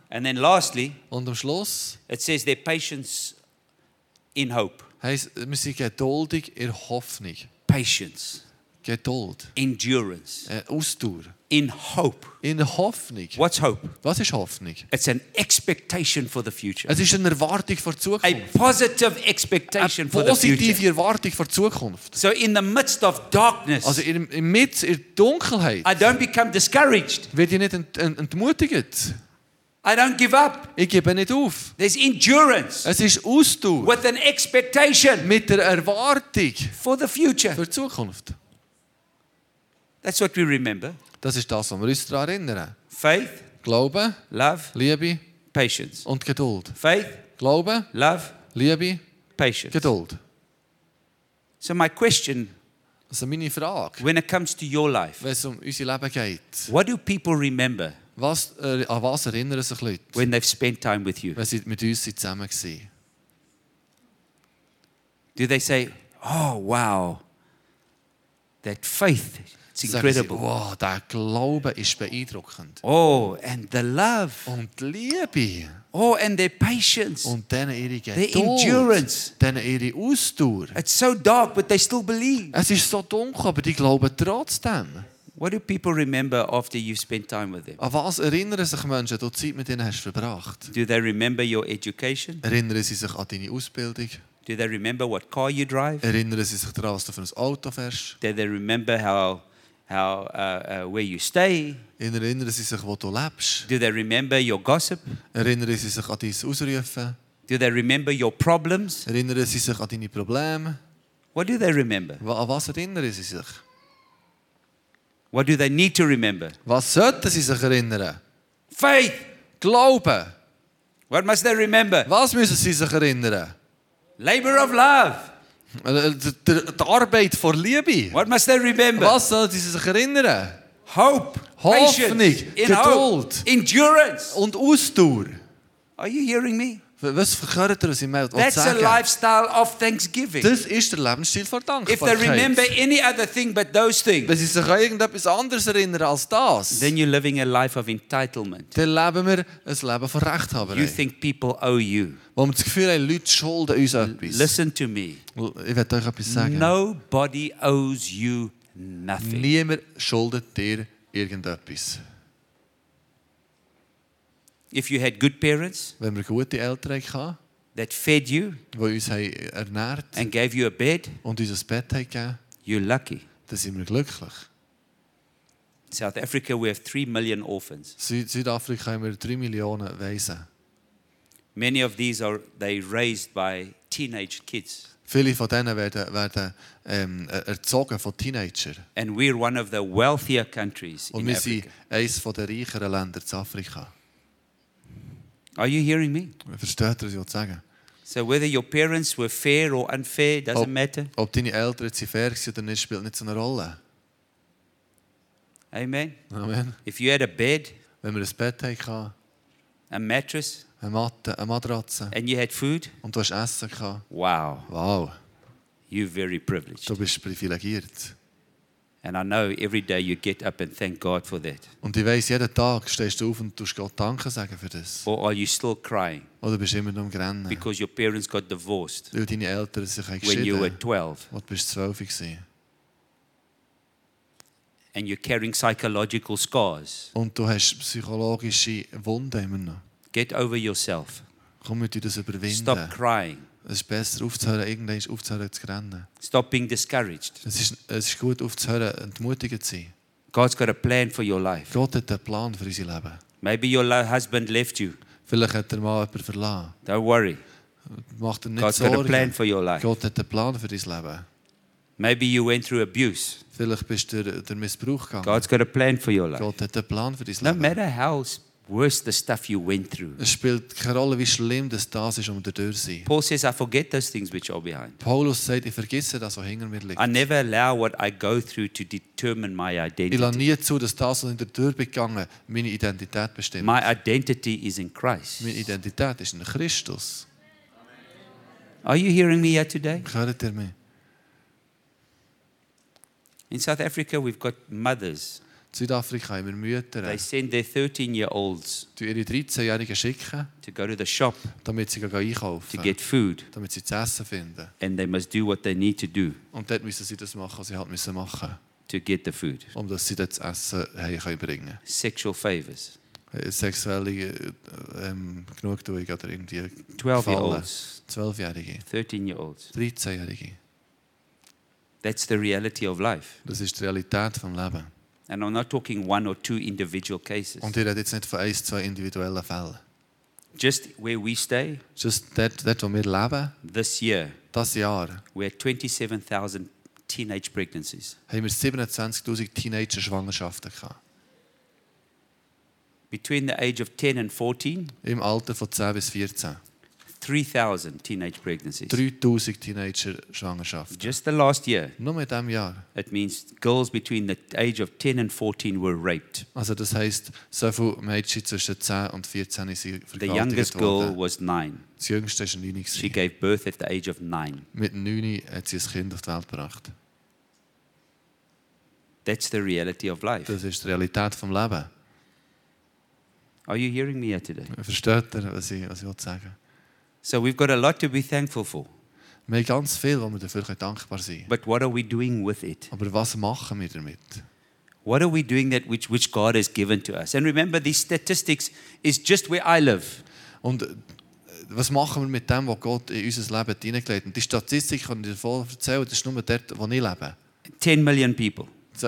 A: And then lastly,
B: Und am Schluss
A: it says their patience in hope.
B: heisst, wir sind geduldig in Hoffnung.
A: Patience,
B: Geduld.
A: endurance,
B: Äh, Ausdauer.
A: in hope.
B: In Hoffnung.
A: What's hope?
B: Was ist Hoffnung?
A: It's an expectation for the future.
B: Es ist eine Erwartung vor die
A: A
B: Zukunft.
A: positive
B: Eine
A: expectation for the future.
B: positive Erwartung vor die Zukunft.
A: So in the midst of darkness,
B: Also in, in mit in der Dunkelheit
A: I don't become discouraged.
B: werde ich nicht ent, ent, entmutigt.
A: I don't give up.
B: Ich gebe nicht auf.
A: There's endurance
B: Es ist Ausdauer
A: with an expectation
B: mit der Erwartung
A: for the future.
B: für die Zukunft.
A: That's what we remember.
B: Das ist das, was wir uns daran erinnern.
A: Faith,
B: Glauben,
A: love,
B: Liebe
A: patience.
B: und Geduld.
A: Faith,
B: Glauben,
A: love,
B: Liebe,
A: patience.
B: Geduld.
A: So my question
B: Also meine Frage,
A: when it comes to your life,
B: wenn es um unser Leben geht,
A: what do people remember
B: was, äh, an was erinnern sich Leute,
A: when they've spent time with you?
B: wenn sie mit uns sind zusammen waren?
A: Do they say, "Oh, wow. That faith, it's
B: Sagen sie,
A: incredible."
B: wow, der Glaube ist beeindruckend.
A: Oh, and the love.
B: Und die Liebe
A: Oh, and their patience.
B: und dann ihre
A: The
B: Geduld,
A: endurance.
B: dann ihre Ausdauer.
A: It's so dark, but they still believe.
B: Es ist so dunkel, aber die glauben trotzdem.
A: What do people remember after you've spent time with them?
B: An was erinnern sich Menschen, die Zeit mit ihnen hast verbracht?
A: Do they remember your education?
B: Erinnern sie sich an deine Ausbildung?
A: Do they remember what car you drive?
B: Erinnern sie sich daran, was du für ein Auto fährst?
A: Do they remember how, how, uh, uh, where you stay?
B: Erinnern sie sich, wo du lebst?
A: Do they remember your gossip?
B: Erinnern sie sich an dein Ausrufen?
A: Do they remember your problems?
B: Erinnern sie sich an deine Probleme?
A: What do they remember?
B: Wa- An was erinnern sie sich?
A: What do they need to remember?
B: Was sollten sie sich erinnern?
A: Faith.
B: Glauben.
A: What must they remember?
B: Was müssen sie sich erinnern?
A: Labor of love.
B: Äh, d- d- Die Arbeit vor Liebe.
A: What must they remember?
B: Was sollten sie sich erinnern?
A: Hope.
B: Hoffnung,
A: Patience. In hope.
B: geduld.
A: Endurance.
B: Und Ausdauer.
A: Are you hearing me?
B: W- Was verkörpert er, was ich mir
A: That's a
B: sagen?
A: lifestyle of thanksgiving.
B: Das ist der Lebensstil von
A: If they remember
B: Dankbarkeit.
A: any other thing but those
B: Wenn
A: things,
B: sie sich an irgendetwas anderes erinnern als das,
A: then you're living a life of entitlement.
B: dann leben wir ein Leben von
A: You
B: Rechthaberei.
A: think people owe you.
B: Wo wir das Gefühl haben, Leute schulden uns etwas.
A: Listen to me.
B: Ich werde euch etwas sagen.
A: Nobody owes you nothing.
B: Niemand schuldet dir irgendetwas.
A: If you had good parents
B: Wenn wir gute Eltern hatten,
A: that fed you
B: die uns haben ernährt
A: and gave you a bed,
B: und uns ein Bett haben gegeben
A: you're lucky.
B: dann sind wir glücklich.
A: In South Africa, we have 3 million orphans.
B: Sü Südafrika haben wir 3 Millionen Waisen.
A: Many of these are they raised by teenage kids.
B: Viele von denen werden, werden ähm, er- erzogen von Teenagern.
A: And we're one of the wealthier countries
B: Und
A: in
B: wir sind
A: Africa.
B: eines der reicheren Länder in Afrika.
A: Are you hearing me?
B: Versteht ihr, was ich will sagen
A: So whether your parents were fair or unfair doesn't matter.
B: Ob deine Eltern jetzt fair waren oder nicht, spielt nicht so eine Rolle.
A: Amen.
B: Amen.
A: If you had a bed,
B: Wenn wir ein Bett hatten,
A: a mattress,
B: eine Matte, eine Matratze
A: and you had food,
B: und du hast Essen gehabt,
A: wow,
B: wow,
A: you're very privileged.
B: du bist privilegiert.
A: And I know every day you get up and thank God for that.
B: Und ich weiss, jeden Tag stehst du auf und tust Gott Danke sagen für das.
A: Or are you still crying
B: Oder bist immer noch am Grennen,
A: because your parents got divorced
B: weil deine Eltern sich haben
A: when you
B: geschieden
A: were
B: haben.
A: 12
B: Du bist zwölf gewesen.
A: and you're carrying psychological scars?
B: Und du hast psychologische Wunden immer noch.
A: Get over yourself.
B: Komm, wir tun das
A: Stop
B: überwinden.
A: crying.
B: Es ist besser aufzuhören, irgendwann aufzuhören zu grennen.
A: Stop being discouraged.
B: Es ist, es ist gut aufzuhören, entmutigend zu sein.
A: God's got a plan for your life.
B: Gott hat einen Plan für unser Leben.
A: Maybe your lo- husband left you.
B: Vielleicht hat er mal jemanden verlassen.
A: Don't worry.
B: Macht er nicht
A: God's got a plan
B: Sorgen.
A: for your life.
B: Gott hat einen Plan für dein Leben.
A: Maybe you went through abuse.
B: Vielleicht bist du durch- durch Missbrauch gegangen.
A: God's got a plan for your life.
B: Gott hat einen Plan für dein
A: No
B: Leben.
A: matter how s- worse the stuff you went through.
B: Es spielt keine Rolle, wie schlimm das, das ist, um dir durch zu sein.
A: Paul says, I forget those things which are behind.
B: Paulus sagt, ich vergesse das, was hinter mir liegt.
A: I never allow what I go through to determine my
B: Ich lasse
A: identity.
B: nie zu, dass das, was hinter der Tür begangen meine Identität bestimmt.
A: My identity is in Christ.
B: Meine Identität ist in Christus.
A: Are you hearing me here today?
B: Hört ihr mich?
A: In South Africa, we've got mothers.
B: In Südafrika haben wir Mütter,
A: They
B: die
A: send their 13 year olds
B: ihre 13-Jährigen schicken,
A: to go to the shop
B: damit sie gehen
A: to
B: einkaufen
A: get food,
B: damit sie zu essen finden.
A: and they must do what they need to do
B: Und dort müssen sie das machen, was sie halt müssen machen
A: to get the food.
B: um dass sie dort zu essen heim können bringen
A: Sexual favors.
B: können. Sexuelle äh, ähm, Genugtuung oder irgendwie
A: 12 year
B: Gefallen.
A: olds,
B: 12-Jährige,
A: 13 year olds.
B: 13-Jährige.
A: That's the reality of life.
B: Das ist die Realität des Lebens.
A: And I'm not talking one or two individual cases.
B: Und ich rede jetzt nicht von ein, zwei individuellen Fällen.
A: Just where we stay
B: Just dort, dort, wo wir leben,
A: this year,
B: das Jahr,
A: we had 27,000 teenage pregnancies
B: haben wir 27.000 Teenager-Schwangerschaften gehabt.
A: between the age of 10 and 14.
B: Im Alter von 10 bis 14.
A: 3,000 teenage pregnancies.
B: 3000 Teenager-Schwangerschaften.
A: Just the last year,
B: Nur mit diesem Jahr.
A: it means girls between the age of 10 and 14 were raped.
B: Also das heisst, so viele Mädchen zwischen 10 und 14 sind
A: The
B: vergewaltigt
A: youngest girl
B: worden.
A: was nine.
B: Das jüngste war 9.
A: She
B: gewesen.
A: gave birth at the age of nine.
B: Mit 9 hat sie ein Kind auf die Welt gebracht.
A: That's the reality of life.
B: Das ist die Realität des Lebens.
A: Are you hearing me here today?
B: Versteht ihr, was ich, was ich will sagen
A: So we've got a lot to be thankful for.
B: Wir haben ganz viel, wo wir dafür dankbar sein können.
A: But what are we doing with it?
B: Aber was machen wir damit?
A: What are we doing that which, which God has given to us? And remember, these statistics is just where I live.
B: Und äh, was machen wir mit dem, was Gott in unser Leben hineingelegt hat? Und Die Statistik kann ich dir voll erzählen, das ist nur dort, wo ich lebe.
A: 10 million people.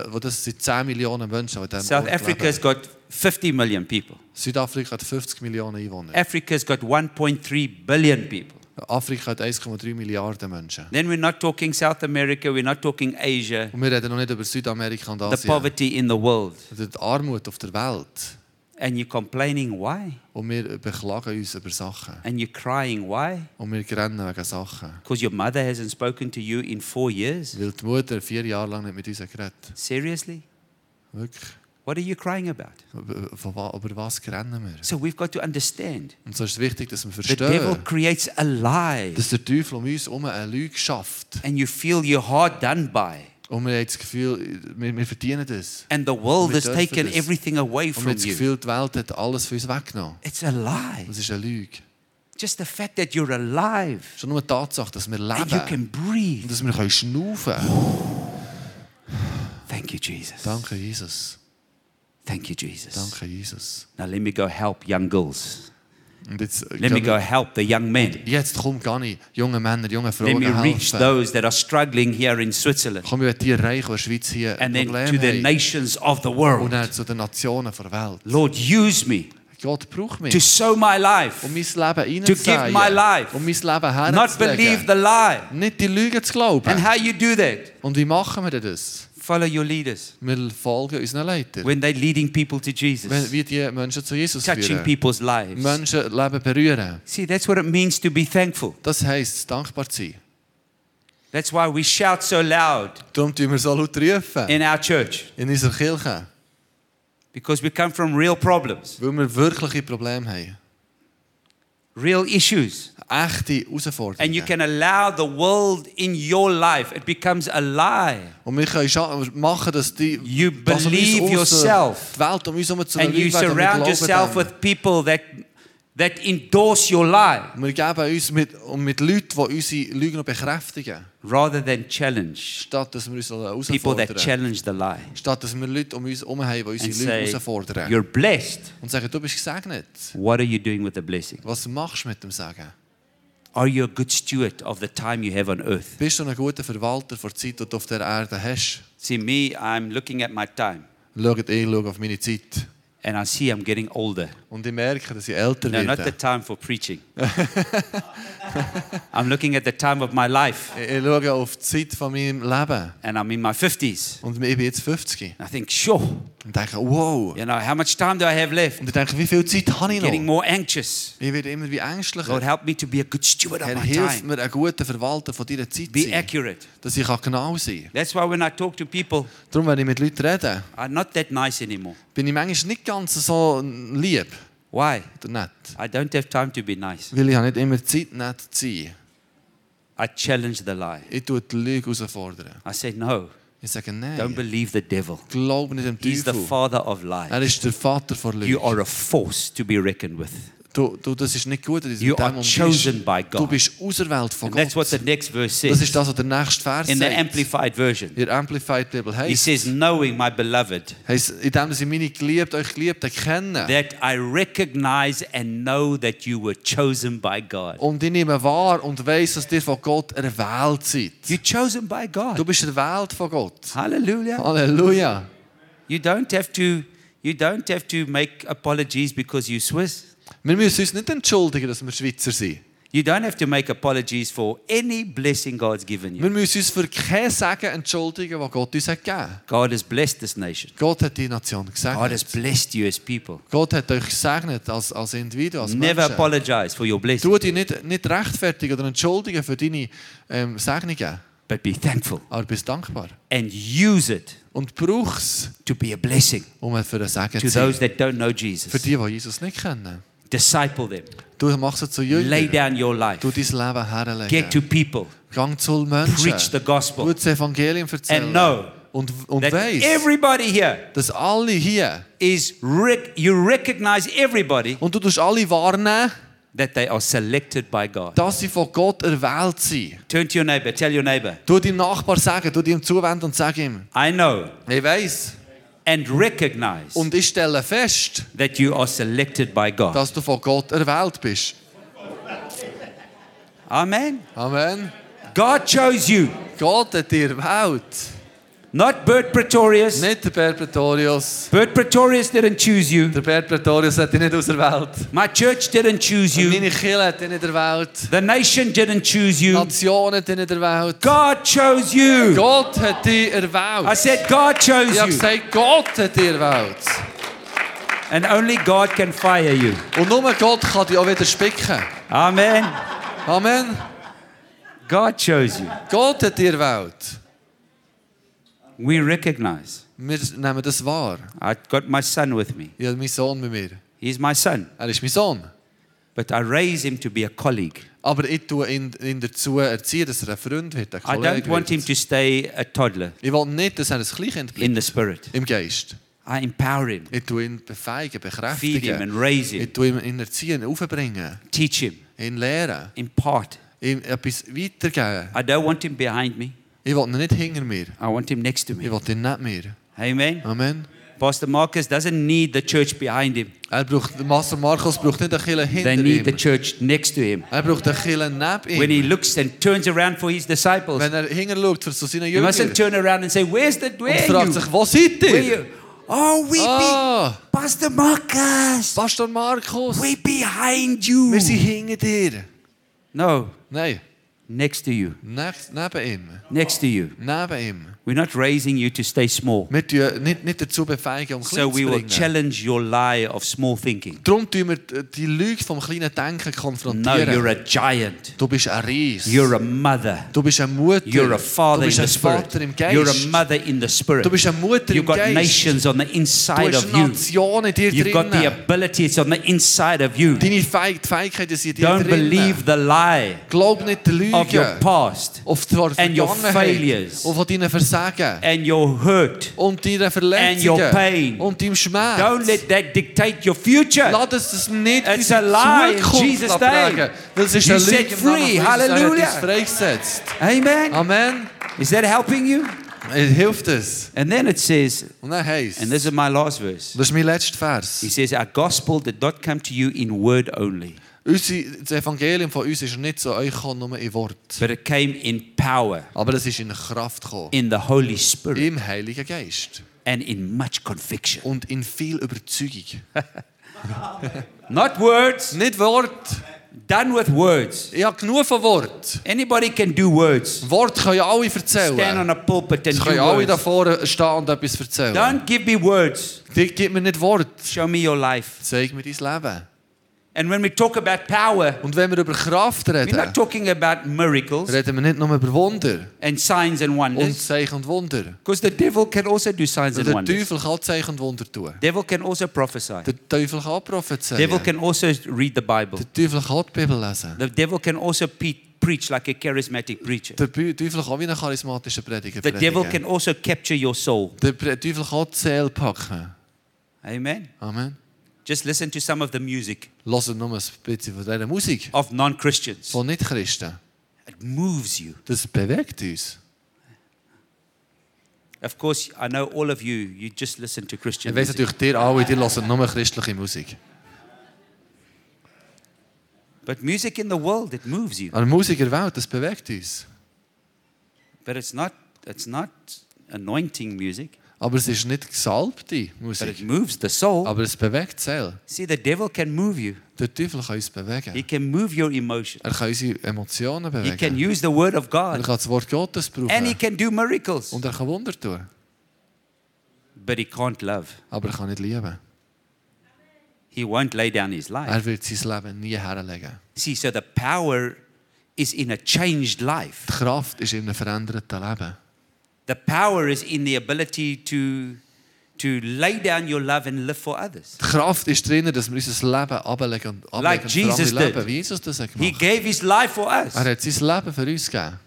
B: wo das sind 10 Millionen Menschen an diesem
A: South
B: Ort leben.
A: Africa's got 50 million people.
B: Südafrika hat 50 Millionen Einwohner.
A: Africa's got 1.3 billion people.
B: Afrika hat 1,3 Milliarden Menschen.
A: Then we're not talking South America, we're not talking Asia,
B: Und wir reden noch nicht über Südamerika und
A: the
B: Asien.
A: poverty in the world.
B: Oder Die Armut auf der Welt.
A: And you're complaining, why?
B: Und wir beklagen uns über Sachen.
A: And you're crying, why?
B: Und wir grennen wegen Sachen.
A: Because your mother hasn't spoken to you in four years?
B: Weil die Mutter vier Jahre lang nicht mit uns hat geredet
A: Seriously?
B: Wirklich.
A: What are you crying about?
B: Über, von wa- über was grennen wir?
A: So we've got to understand
B: Und so ist es wichtig, dass wir
A: the devil
B: verstehen,
A: creates a lie,
B: dass der Teufel um uns herum eine Lüge schafft.
A: and you feel your heart done by.
B: Und wir haben das Gefühl, wir, wir verdienen das.
A: And the world
B: Mit
A: has
B: dürfen
A: taken
B: das.
A: everything away
B: Und wir
A: from
B: haben das
A: you.
B: Gefühl, die Welt hat alles für uns weggenommen.
A: It's a lie.
B: Das ist eine Lüge.
A: Just the fact that you're alive
B: Schon nur die Tatsache, dass wir
A: and you can
B: leben und
A: breathe.
B: dass wir können schnaufen können.
A: Thank you, Jesus.
B: Danke, Jesus.
A: Thank you, Jesus.
B: Danke, Jesus.
A: Now let me go help young girls.
B: Und jetzt,
A: Let me go help the young men.
B: jetzt komm, Gani, junge Männer, junge
A: Let
B: Frauen
A: me reach
B: helfen.
A: those that are struggling here in Switzerland
B: Komm, wir wollen die erreichen, die in der Schweiz hier ein
A: and then to
B: Problem
A: the
B: haben.
A: nations of the
B: Und
A: world.
B: dann zu den Nationen der Welt.
A: Lord, use me
B: Gott, brauch
A: to
B: mich,
A: sow my
B: um
A: life,
B: mein Leben
A: to give my life.
B: hineinzuzeigen, um mein Leben
A: not believe
B: herzulegen.
A: the lie.
B: Nicht die Lüge
A: And
B: zu glauben.
A: how you do that?
B: Und wie machen wir denn das?
A: Follow your leaders
B: Wir folgen unseren Leitern.
A: when they're leading people to
B: Wenn
A: Jesus,
B: wir die Menschen zu Jesus
A: touching
B: führen.
A: people's lives.
B: Menschen Leben berühren.
A: See, that's what it means to be thankful.
B: Das heisst, dankbar zu sein.
A: That's why we shout so loud
B: Darum tun wir so laut rufen
A: in our church
B: in unserer Kirche,
A: because we come from real problems,
B: weil wir wirkliche Probleme haben.
A: real issues.
B: Echte
A: And you
B: Herausforderungen.
A: can allow the world in your life, it becomes a lie.
B: Und wir können scha- machen, dass dus die,
A: You
B: dass um uns
A: believe
B: aussen-
A: yourself.
B: die Welt um uns herum zu
A: And you
B: erleben, wir glauben
A: surround yourself
B: dem.
A: with people that, that endorse your lie
B: Und wir geben uns mit, und mit Leuten, die unsere Lügen noch bekräftigen,
A: rather than challenge
B: statt dass wir uns
A: people that
B: herausfordern.
A: challenge the lie
B: Statt dass wir Leute um uns herum haben, die unsere
A: and
B: Lügen
A: say,
B: herausfordern.
A: You're blessed.
B: Und sagen, du bist gesegnet.
A: What are you doing with the blessing?
B: Was machst du mit dem Segen?
A: Are you a good steward of the time you have on earth?
B: Bist du ein guter Verwalter von der Zeit, die du auf der Erde hast?
A: See, me, I'm looking at my time
B: Schaut, ich schaue auf meine Zeit.
A: and I see I'm getting older.
B: Und ich merke, dass ich älter
A: No,
B: werde.
A: not the time for preaching. I'm looking at the time of my life
B: Ich, ich schaue auf die Zeit von meinem Leben.
A: and I'm in my 50s.
B: Und ich bin jetzt 50.
A: I think, sure,
B: Und denke, wow.
A: you know, how much time do I have left?
B: Und ich denke, wie viel Zeit habe ich
A: Getting
B: noch?
A: more anxious.
B: Ich werde immer wie ängstlicher.
A: Lord, help me to be a good steward of
B: Herr,
A: my
B: hilf
A: time.
B: mir, ein guter Verwalter von deiner Zeit zu
A: Be
B: sein.
A: accurate.
B: Dass ich kann genau sein
A: That's why when I talk to people,
B: kann. Darum, wenn ich mit Leuten rede,
A: I'm not that nice anymore.
B: bin ich manchmal nicht ganz so lieb
A: Why?
B: oder nett.
A: I don't have time to be nice.
B: Weil ich habe nicht immer Zeit, nett zu sein.
A: I challenge the lie.
B: Ich tue die Lüge herausfordern.
A: I say, no,
B: Ich sage, nein,
A: don't believe the devil.
B: glaube nicht dem
A: He's the
B: Teufel.
A: father of lies.
B: Er ist der Vater von
A: You
B: Lüge.
A: are a force to be reckoned with.
B: Du, du, das ist nicht gut, dass du
A: You
B: mit dem
A: are
B: umgehst.
A: chosen by God.
B: Du bist auserwählt von
A: And that's what
B: Gott.
A: the next verse
B: Das
A: says
B: ist das, was der nächste Vers
A: in the
B: sagt.
A: Amplified Version.
B: Ihr Amplified Bibel
A: He
B: heisst,
A: says, knowing my beloved,
B: heisst, in dem, dass ich meine Geliebten, euch Geliebten kenne.
A: that I recognize and know that you were chosen by God.
B: Und ich nehme wahr und weiss, dass ihr von Gott erwählt seid.
A: You're chosen by
B: Du
A: God.
B: bist erwählt von Gott.
A: Hallelujah.
B: Halleluja.
A: You don't have to you don't have to make apologies because you're Swiss.
B: Wir müssen uns nicht entschuldigen, dass wir Schweizer sind.
A: You don't have to make apologies for any blessing God's given you.
B: Wir müssen uns für kein Segen entschuldigen, was Gott uns hat gegeben hat.
A: God has blessed this nation.
B: Gott hat die Nation
A: God has
B: gesegnet.
A: blessed you as people.
B: Gott hat euch gesegnet als, als Individuum, als
A: Never
B: Menschen.
A: apologize for your blessing,
B: Tu dich nicht, nicht rechtfertigen oder entschuldigen für deine ähm, Segnungen,
A: but be thankful
B: aber bist dankbar.
A: and use it
B: Und brauch es,
A: to be a blessing
B: um für einen Segen
A: to
B: zu sein.
A: those that don't know
B: Für
A: Jesus.
B: die, die Jesus nicht kennen.
A: Disciple them.
B: Du machst es zu
A: Lay
B: Jüngern.
A: down your life.
B: Du dein Leben
A: Get to
B: herlegen.
A: people.
B: Gang zu den
A: Preach the
B: Menschen. Du
A: gospel.
B: das Evangelium
A: And
B: erzählen.
A: know
B: Und, und
A: That
B: weiss,
A: everybody here
B: dass alle hier,
A: is rec- you recognize everybody
B: und du tust alle wahrnehmen,
A: that they are selected by God.
B: dass sie von Gott erwählt sind.
A: Turn to your neighbor, tell your neighbor,
B: Du deinem Nachbar sagen, du ihm zuwenden und sag ihm,
A: I know
B: ich weiss.
A: and recognize
B: Und ich stelle fest,
A: that you are selected by God.
B: dass du von Gott erwählt bist.
A: Amen.
B: Amen.
A: God chose you.
B: Gott hat dir erwählt.
A: Not Bert Pretorius.
B: Nicht der Bert Pretorius.
A: Bert Pretorius didn't choose you.
B: Der Bert Pretorius hat dich nicht aus der Welt.
A: My church didn't choose
B: Und
A: you.
B: Meine Kirche hat dich nicht der Welt.
A: The nation didn't choose
B: Die
A: you.
B: Nationen hat dich nicht der Welt.
A: God chose you.
B: Gott hat dich erwählt.
A: I said, God chose
B: ich habe
A: you.
B: gesagt, Gott hat dich erwählt.
A: And only God can fire you.
B: Und nur Gott kann dich auch wieder spicken.
A: Amen.
B: Amen.
A: God chose you.
B: Gott hat dich erwählt.
A: We recognize.
B: Wir nehmen das wahr.
A: I got my son with me.
B: Ich habe meinen Sohn mit mir.
A: He's my son.
B: Er ist mein Sohn.
A: But I raise him to be a colleague.
B: Aber ich tue ihn, ihn dazu erziehen, dass er ein Freund wird, ein
A: I don't
B: Kollege
A: want him
B: wird.
A: to stay a toddler
B: Ich will nicht, dass er ein Kleinkind bleibt.
A: in the spirit.
B: Im Geist.
A: I empower him,
B: Ich tue ihn befeigen,
A: feed him and
B: bekräftigen.
A: raise him,
B: Ich tue ihn- ihn erziehen, aufbringen,
A: teach him,
B: ihn lehren,
A: impart.
B: ihm etwas weitergeben.
A: I don't want him behind me.
B: Ich will ihn nicht hinter mir.
A: I want him next to
B: Ich
A: me.
B: will ihn nicht mehr.
A: Amen.
B: Amen.
A: Pastor Marcus doesn't need the church behind him.
B: Er braucht, Master Markus braucht nicht eine Kirche hinter
A: They need the
B: ihm.
A: church next to him.
B: Er braucht eine Kirche neben
A: When
B: ihm.
A: he looks and turns around for his disciples,
B: Wenn er hingeschaut für zu seinen
A: you
B: Jüngern
A: mustn't
B: und
A: turn around and say, Where's the where are
B: fragt
A: you?
B: sich, wo seid
A: Where
B: ihr?
A: you? Oh, we
B: Ah,
A: be Pastor Marcus.
B: Pastor Markus,
A: We behind you.
B: wir sind hinter dir.
A: No,
B: Nein,
A: next to you.
B: neb- neben ihm.
A: Next to you.
B: Neben ihm.
A: We're not raising you to stay small.
B: Wir tun nicht, nicht dazu befeigen, um
A: So
B: klein
A: we
B: zu
A: will
B: bringen.
A: challenge your lie of small thinking.
B: Darum tun wir die eh, die Lüge vom kleinen Denken
A: No, you're
B: konfrontieren.
A: a giant.
B: Du bist ein Ries.
A: You're a mother.
B: Du bist eine Mutter.
A: You're a
B: Du
A: father er in
B: bist
A: the
B: ein Vater im
A: spirit. You're a
B: Geist.
A: mother in the spirit.
B: Du bist eine Mutter im
A: You've got
B: Geist.
A: nations on the
B: Du
A: inside
B: hast
A: of you.
B: Nationen in dir
A: You've got the
B: drinnen.
A: ability. It's on the inside of you.
B: Deine Feig die Feigheit ist in dir
A: Don't
B: drinnen.
A: believe the lie
B: Glaub nicht der
A: of your
B: Lüge.
A: past
B: Auf die
A: and your
B: Vergangenheit.
A: failures.
B: Und von deinen Versagen.
A: and your hurt.
B: Und deinen
A: your pain.
B: Verletzungen. Und deinem Schmerz.
A: Don't let that dictate your future.
B: Lass es das nicht
A: It's
B: in
A: a lie
B: deine
A: in
B: Zukunft
A: Jesus'
B: abtragen.
A: name.
B: Weil es ist
A: You
B: eine Lüge
A: set
B: im Namen
A: free.
B: von Jesus. Er hat
A: Halleluja.
B: uns freigesetzt.
A: Amen.
B: Amen.
A: Is that helping you?
B: Es hilft es.
A: And then it says,
B: Und dann heisst
A: and this is my last verse.
B: das ist mein letzter Vers.
A: He says, Our gospel did not come to you in word only,
B: Unsere- Das Evangelium von uns ist nicht so, euch kann nur in Wort.
A: but it came in power,
B: Aber es ist in Kraft gekommen.
A: in the Holy Spirit,
B: Im Heiligen Geist.
A: and in much conviction.
B: Und in viel Überzeugung.
A: Not words,
B: Nicht Wort.
A: done with words.
B: Ich habe genug von Wort.
A: Anybody can do words.
B: Wort können ja alle
A: Stand
B: erzählen.
A: on a pulpit and
B: Es
A: do
B: können alle da
A: words.
B: vorne stehen und etwas erzählen.
A: Don't give me words.
B: Dir Gib mir nicht Wort.
A: Show me your life.
B: Zeig mir dein Leben.
A: And when we talk about power,
B: Und wenn wir über Kraft
A: we're
B: reden,
A: not talking about miracles
B: reden wir nicht nur über Wunder
A: and signs and
B: und
A: wonders.
B: Zeichen und Wunder.
A: Because the devil can also do signs
B: Weil
A: and
B: Der
A: wonders.
B: Teufel kann Zeichen und Wunder tun.
A: Devil can also prophesy.
B: Der Teufel kann prophezeien.
A: Devil can also read the Bible.
B: Der Teufel kann die Bibel lesen.
A: The devil can also pe- preach like a charismatic preacher.
B: Der Bü- Teufel kann wie ein charismatischer Prediger
A: The devil
B: predigen.
A: can also capture your soul.
B: Der Pre- Teufel kann die Seele packen.
A: Amen.
B: Amen.
A: Just listen to some of the music
B: Hört nur ein bisschen von dieser Musik
A: of non Christians.
B: von Nichtchristen.
A: It moves you.
B: Das bewegt uns.
A: Of course, I know all of you, you just listen to Christian
B: Ich weiss
A: music.
B: natürlich, dir alle, die hören nur christliche Musik.
A: But music in the world, it moves you.
B: Aber Musik in der Welt, das bewegt uns.
A: But it's not, it's not anointing music,
B: Aber es ist nicht gesalbte
A: but it
B: Musik.
A: moves the soul.
B: Aber es bewegt die Seele.
A: See, the devil can move you,
B: Der Teufel kann uns bewegen.
A: he can move your emotions,
B: Er kann unsere Emotionen
A: he can
B: bewegen.
A: use the word of
B: Er
A: God,
B: kann das Wort Gottes
A: and he
B: brauchen.
A: can do miracles.
B: Und er kann Wunder tun.
A: But he can't love,
B: Aber er kann nicht lieben.
A: he won't lay down his life.
B: Er wird sein Leben nie herlegen.
A: See, so the power is in a changed life.
B: Die Kraft ist in einem veränderten Leben.
A: The power is in the ability to, to lay down your love and live for others.
B: Die Kraft ist drin, dass wir unser Leben ablegen und ablegen
A: Like
B: und für andere
A: Jesus
B: leben,
A: did.
B: wie Jesus das hat
A: He
B: gemacht
A: gave his life for
B: Er
A: us.
B: hat sein Leben für uns gegeben.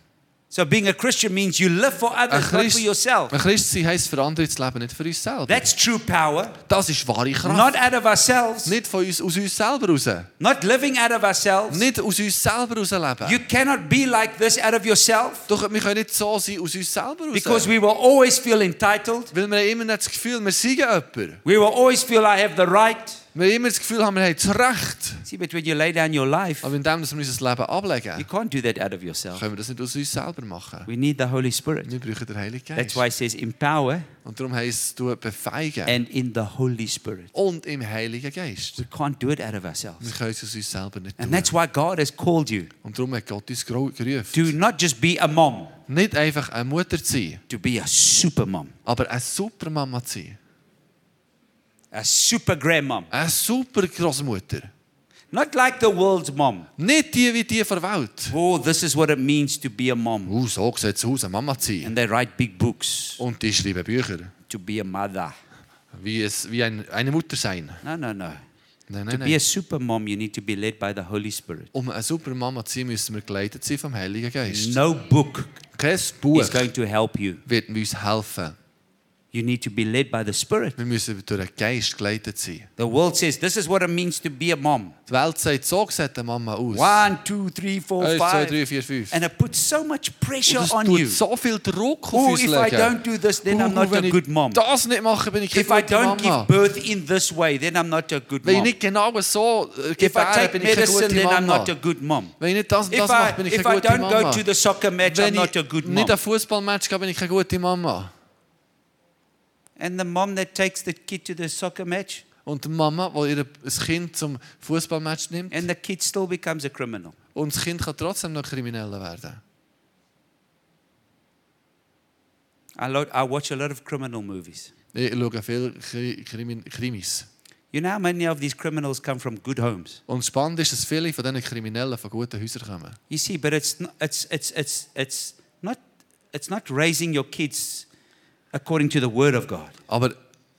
A: So being a Christian means you live for
B: Ein
A: others, not
B: Christ,
A: for yourself.
B: ein Christ sein heisst, für andere zu leben, nicht für uns selber.
A: That's true power.
B: Das ist wahre
A: Not
B: Kraft.
A: out of ourselves,
B: Nicht von uns, aus uns selber raus.
A: not living out of ourselves.
B: Nicht aus uns selber raus leben.
A: You cannot be like this out of yourself
B: Doch wir können nicht so sein, aus uns selber raus.
A: because we will always feel entitled.
B: Weil wir haben immer nicht das Gefühl, wir seien jemand.
A: We will always feel I have the right.
B: wir immer das Gefühl haben, wir haben das Recht.
A: See, but when you lay down your life,
B: Aber indem dass wir unser Leben
A: you
B: ablegen,
A: can't do that out of yourself.
B: können wir das nicht aus uns selber machen.
A: We need the Holy Spirit.
B: Wir brauchen den Heiligen
A: That's
B: Geist.
A: why it says empower
B: Und darum heisst es, du befeigen
A: and in the Holy Spirit.
B: und im Heiligen Geist.
A: We can't do it out of
B: Wir
A: ourselves.
B: können es aus uns selber nicht
A: And
B: tun.
A: that's why God has called you
B: Und darum hat Gott uns gero- gerufen.
A: to not just be a mom,
B: Nicht einfach eine Mutter zu sein,
A: to be a super mom,
B: aber eine super Mama zu sein.
A: a super grandmom.
B: Eine super Großmutter.
A: Not like the world's mom.
B: Nicht die wie die von der Welt.
A: Oh, this is what it means to be a mom.
B: Uh, so sieht es aus, eine Mama zu sein.
A: And they write big books
B: Und die schreiben Bücher.
A: to be a mother.
B: Wie, es, wie ein, eine Mutter sein.
A: No, no, no.
B: Nein,
A: To
B: nein,
A: be a
B: nein.
A: super mom, you need to be led by the Holy Spirit.
B: Um eine super Mama zu sein, müssen wir geleitet sein vom Heiligen Geist.
A: No book
B: Kein
A: Nou- is
B: Buch
A: going to help you.
B: wird uns helfen.
A: You need to be led by the Spirit.
B: Wir müssen durch den Geist geleitet sein.
A: The world says this is what it means to be a mom.
B: Die Welt sagt, so sieht eine Mama aus.
A: One, two, three, four,
B: Eins, zwei,
A: five.
B: drei, vier, fünf.
A: And it puts so much pressure
B: Und
A: on
B: es
A: you.
B: tut so viel Druck auf
A: Oh,
B: uns
A: if
B: legen.
A: I don't do this, then I'm
B: Oh,
A: not
B: wenn
A: a
B: ich
A: good mom.
B: das nicht mache, bin ich keine
A: If I
B: gute
A: don't
B: Mama.
A: give birth in this way, then I'm not a good
B: Wenn ich
A: mom.
B: nicht genau so äh,
A: If I
B: gebäre,
A: take
B: bin ich keine
A: medicine,
B: gute
A: then I'm
B: Mama.
A: not a good mom.
B: Wenn ich nicht das und
A: If
B: das
A: I,
B: mache, bin ich
A: if
B: keine
A: I
B: gute
A: don't go
B: Mama.
A: to the soccer match, I'm
B: Wenn
A: not a good
B: ich
A: mom.
B: nicht ein Fußballmatch gehe, bin ich keine gute Mama.
A: And the mom that takes the kid to the soccer match,
B: Und die Mama, die ihr ein Kind zum Fußballmatch nimmt,
A: and the kid still becomes a criminal.
B: und das Kind kann trotzdem noch Krimineller werden.
A: I, lo- I watch a lot of criminal movies.
B: Ich schaue viele Kri- Krimi- Krimis.
A: You know how many of these criminals come from good homes?
B: Und spannend ist, dass viele von diesen Kriminellen von guten Häusern kommen.
A: You see, but it's n- it's it's it's it's not it's not raising your kids according to the word of God.
B: Aber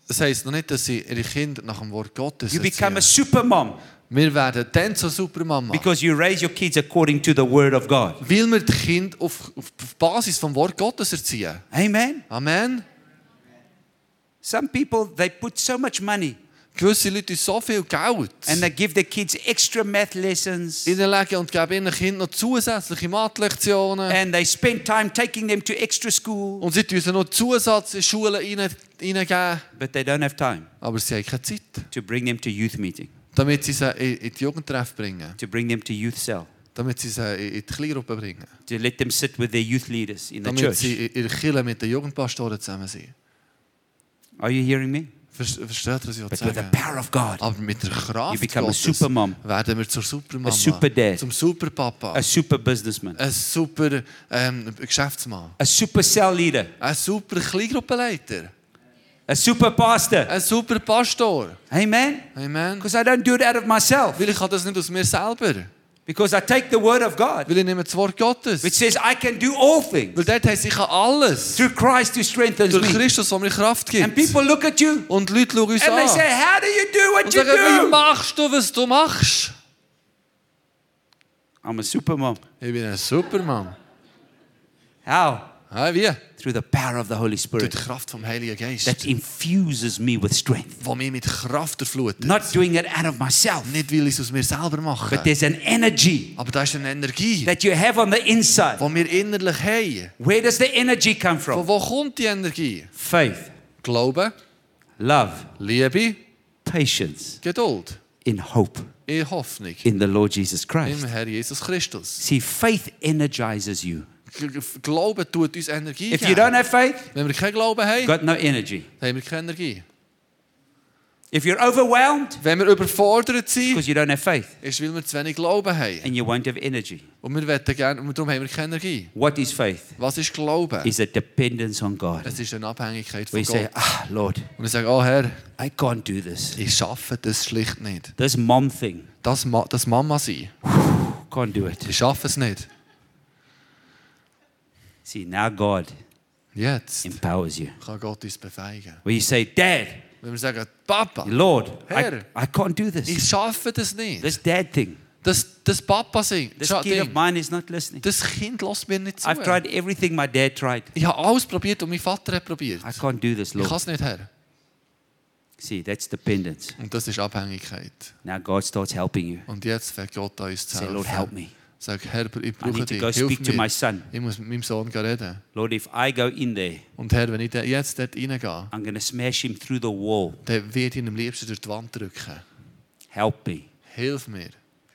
B: das heisst noch nicht, dass sie ihre Kinder nach dem Wort Gottes
A: You become a
B: erziehen.
A: super mom
B: Wir werden dann zur Supermama.
A: because you raise your kids according to the word of God.
B: Weil wir die Kinder auf, auf auf Basis vom Wort Gottes erziehen.
A: Amen.
B: Amen.
A: Some people they put so much money
B: Gewisse Leute haben so viel Geld
A: and they give their kids extra math lessons
B: hineinlegen und geben ihren Kindern noch zusätzliche Mathelektionen.
A: and they spend time taking them to extra school,
B: Und sie tun ihnen noch Zusatz in Schulen hinein- hineingeben.
A: but they don't have time
B: Aber sie haben keine Zeit,
A: to bring them to youth meeting,
B: damit sie sie in in die Jugendtreff bringen.
A: to bring them to youth cell,
B: Damit sie sie in in die Kleingruppe bringen.
A: to let them sit with their youth leaders in the
B: Damit
A: church.
B: sie in der Kirche mit den Jugendpastoren zusammen sind.
A: Are you hearing me?
B: Verst- Versteht ihr, was ich
A: But with the
B: sagen will?
A: power of God,
B: Aber mit der
A: You
B: Kraft
A: become a
B: Gottes
A: supermom.
B: werden wir zur Supermama,
A: A superdad.
B: zum Superpapa,
A: a super businessman,
B: ein super ähm, Geschäftsmann,
A: a super cell leader,
B: ein super Kleingruppenleiter,
A: a super pastor.
B: ein super Pastor.
A: Amen?
B: Amen.
A: Because I don't do it out of myself.
B: Weil ich habe das nicht aus mir selber.
A: Because I take the word of God,
B: Weil ich nehme das Wort Gottes.
A: which says I can do all things
B: Weil dort heisst, ich kann alles.
A: through Christ who strengthens
B: Durch
A: me.
B: Christus, der mir Kraft
A: And
B: gibt.
A: people look at you
B: Und die Leute schauen uns
A: and they say,
B: an.
A: How do you do
B: Und
A: what you
B: sagen, wie
A: do?
B: machst du, was du machst?
A: I'm a super mom.
B: Ich bin ein Supermann.
A: How?
B: Hey, wie?
A: Through the power of the Holy
B: Durch die
A: Spirit
B: Kraft vom Heiligen Geist,
A: that infuses me with strength.
B: die mich mit Kraft erflutet.
A: Not doing it out of myself,
B: Nicht, weil ich es aus mir selber mache.
A: but there's an energy
B: Aber da ist eine Energie,
A: that you have on the inside.
B: die wir innerlich haben.
A: Where does the energy come
B: Von
A: from?
B: wo kommt die Energie?
A: Faith,
B: Glaube,
A: love,
B: Liebe,
A: patience,
B: Geduld,
A: in hope
B: in Hoffnung
A: in the Lord Jesus
B: im
A: Christ.
B: Herr Jesus Christus.
A: See, faith energizes you.
B: G- g- Glaube tut uns Energie
A: If you don't
B: geben.
A: have faith,
B: Wenn wir keinen Glauben
A: you
B: haben,
A: got no energy.
B: haben wir keine Energie.
A: If you're overwhelmed,
B: Wenn wir überfordert sind,
A: because you don't have faith
B: ist, weil wir zu wenig Glauben haben.
A: and you won't have energy.
B: Und wir wollen gerne, und darum haben wir keine Energie.
A: What is faith?
B: Was ist Glauben?
A: Is a dependence on God.
B: Es ist eine Abhängigkeit
A: Where
B: von
A: you say,
B: Gott.
A: ah, Lord,
B: Und ich sage, oh Herr,
A: I can't do this.
B: ich schaffe das schlicht nicht.
A: This mom thing,
B: Das, Ma- das Mama sein,
A: can't do it.
B: ich schaffe es nicht.
A: See, now God
B: Jetzt
A: empowers you.
B: kann Gott uns befeigen.
A: Where you say, Dad,
B: Wenn wir sagen, Papa,
A: Lord, I,
B: Here.
A: I can't do this.
B: ich schaffe das nicht.
A: This dad thing,
B: Das, das Papa singt.
A: this
B: Scha-
A: kid of
B: Ding.
A: mine is not listening.
B: Das Kind lässt mir nicht zu.
A: I've tried everything my dad tried.
B: Ich habe alles probiert und mein Vater hat probiert.
A: I can't do this,
B: Ich kann
A: Lord.
B: es nicht her.
A: See, that's dependence.
B: Und das ist Abhängigkeit.
A: Now God starts helping you.
B: Und jetzt fängt Gott an uns zu
A: Say, Lord, help
B: helfen.
A: me.
B: Sag, Herr, ich
A: I
B: brauche
A: need to
B: dich.
A: go
B: Hilf
A: speak to my
B: mir.
A: son.
B: Ich muss mit meinem Sohn gehen reden.
A: Lord, if I go in there,
B: Und Herr, wenn ich da- jetzt dort reingehe,
A: I'm going to smash him through the wall.
B: dann wird ich ihn am liebsten durch die Wand drücken.
A: Help me.
B: Hilf mir,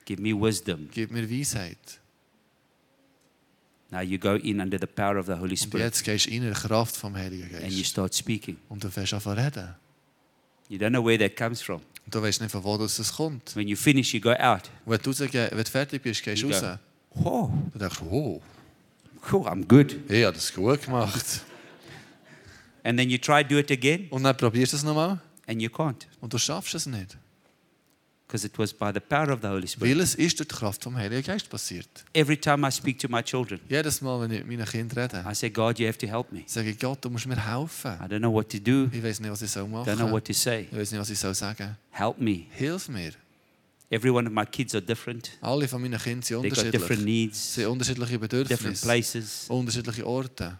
A: Give me wisdom.
B: gib mir Weisheit.
A: Now you go in under the power of the Holy
B: Und
A: Spirit
B: jetzt gehst du in der Kraft vom Heiligen
A: and you
B: Geist.
A: start speaking.
B: Und du fängst an zu reden.
A: You don't know where that comes from.
B: Und du weißt nicht, von wo das das kommt.
A: When you finish, you go out.
B: Und Wenn du, rausgeh- wenn du fertig bist, gehst du
A: You
B: raus.
A: go. Whoa,
B: Dann denkst du, oh,
A: cool, I'm good.
B: ich habe das gut gemacht.
A: And then you try do it again
B: Und dann probierst du es nochmal
A: and you can't
B: und du schaffst es nicht.
A: because it was by the power of the Holy Spirit.
B: Weil es ist durch die Kraft vom Heiligen Geist passiert.
A: Every time I speak to my children,
B: Jedes Mal, wenn ich mit meinen Kindern rede,
A: I say, God, you have to help me.
B: sage ich, Gott, du musst mir helfen.
A: I don't know what to do.
B: Ich weiß nicht, was ich soll machen
A: Don't know what to say.
B: Ich weiß nicht, was ich soll sagen
A: Help me.
B: Hilf mir.
A: Every one of my kids are different.
B: Alle von meinen Kindern sind
A: They got
B: unterschiedlich.
A: different needs,
B: Sie haben unterschiedliche
A: different
B: Bedürfnisse,
A: places,
B: unterschiedliche Orte,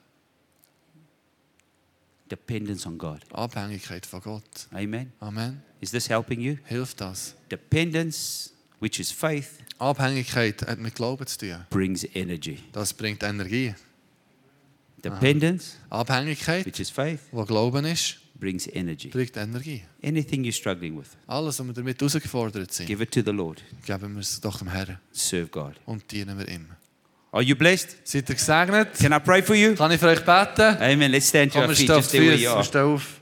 A: dependence on God.
B: Abhängigkeit von Gott.
A: Amen.
B: Amen.
A: Is this helping you?
B: Hilf das.
A: Dependence, which is faith,
B: Abhängigkeit hat mit Glauben zu tun.
A: brings energy.
B: Das bringt Energie.
A: Dependence,
B: Uh-huh. Abhängigkeit,
A: which is faith,
B: wo Glauben ist,
A: brings energy.
B: bringt Energie.
A: Anything you're struggling with,
B: Alles, was wir damit herausgefordert sind,
A: give it to the Lord.
B: geben wir es doch dem Herrn
A: Serve God.
B: und dienen wir ihm.
A: Are you blessed?
B: Seid ihr gesegnet?
A: Can I pray for you?
B: Kann ich für euch beten?
A: Amen. Let's stand to our
B: Komm, wir
A: feet.
B: stehen auf
A: Just
B: die
A: there where you
B: Füße.
A: are.
B: Wir stehen auf.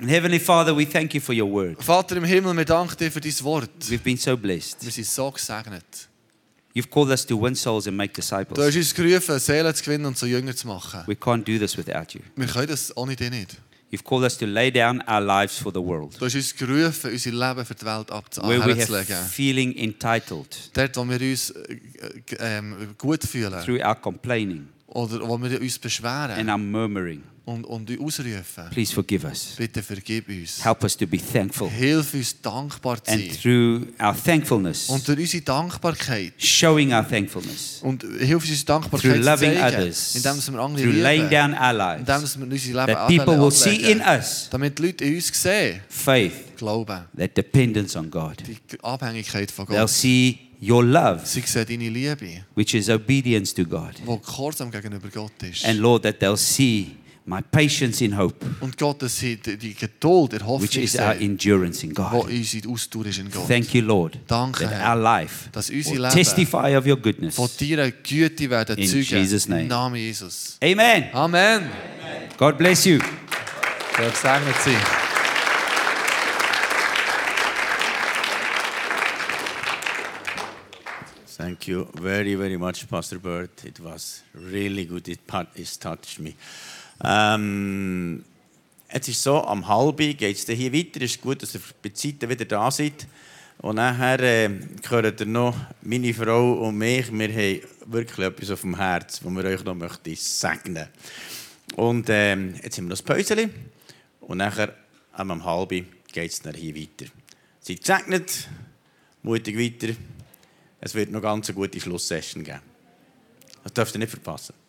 A: And Heavenly Father, we thank you for your word.
B: Vater im Himmel, wir danken dir für dein Wort.
A: We've been so
B: Wir
A: blessed.
B: sind so gesegnet.
A: You've called us to win souls and make
B: Du hast
A: disciples.
B: uns gerufen, Seelen zu gewinnen und zu Jünger zu machen.
A: We can't do this without you.
B: Wir können das ohne dich nicht.
A: You've called us to lay down our lives for the world,
B: Du hast uns gerufen, unser Leben für die Welt abzu-
A: where we have
B: herzulegen.
A: feeling entitled
B: Dort, wo wir uns äh, g- ähm, gut fühlen
A: through our complaining
B: oder wo wir uns
A: and
B: beschweren
A: our murmuring.
B: und, und uns ausrufen.
A: Please forgive us.
B: Bitte vergib uns.
A: Help us to be thankful.
B: Hilf uns, dankbar zu
A: And
B: sein.
A: through our thankfulness,
B: Und durch unsere Dankbarkeit
A: showing our thankfulness,
B: Und hilf uns, unsere
A: through
B: Dankbarkeit zu
A: loving
B: zeigen,
A: others,
B: indem wir andere
A: through laying
B: lieben,
A: down our lives,
B: indem wir unser Leben
A: that people will see in
B: anlegen,
A: us
B: damit die Leute in uns sehen,
A: faith,
B: Glauben,
A: that dependence on God.
B: die Abhängigkeit von
A: They'll
B: Gott.
A: see your love,
B: Sie sehen deine Liebe,
A: which is obedience to God.
B: die gehorsam gegenüber Gott ist.
A: And Lord, that they'll see my patience in hope,
B: Und Gott, dass sie die die Geduld, der
A: which
B: Hoffnung
A: is our
B: sehen,
A: endurance in
B: wo
A: God.
B: unsere Ausdauer ist in Gott.
A: Thank you, Lord,
B: Danke,
A: that
B: Herr,
A: our life
B: dass unsere
A: will
B: Leben
A: testify of your goodness.
B: Von dir Güte werden
A: In Jesus'
B: Zeugen,
A: name.
B: im Namen Jesus.
A: Amen.
B: Amen.
A: God bless you.
B: Soll gesegnet sein.
C: Thank you very, very much, Pastor Bert. It was really good. It, pat- it touched me. Ähm, es ist so, am halbi geht es hier weiter. Es ist gut, dass ihr bei Zeiten wieder da seid. Und nachher äh, gehört ihr noch meine Frau und mich. Wir haben wirklich etwas auf dem Herz, das wir euch noch möchte segnen Und ähm, jetzt haben wir noch das Päuschen. Und nachher am um halbi geht es dann hier weiter. Seid gesegnet, mutig weiter. Es wird noch ganz eine gute Schlusssession geben. Das dürft ihr nicht verpassen.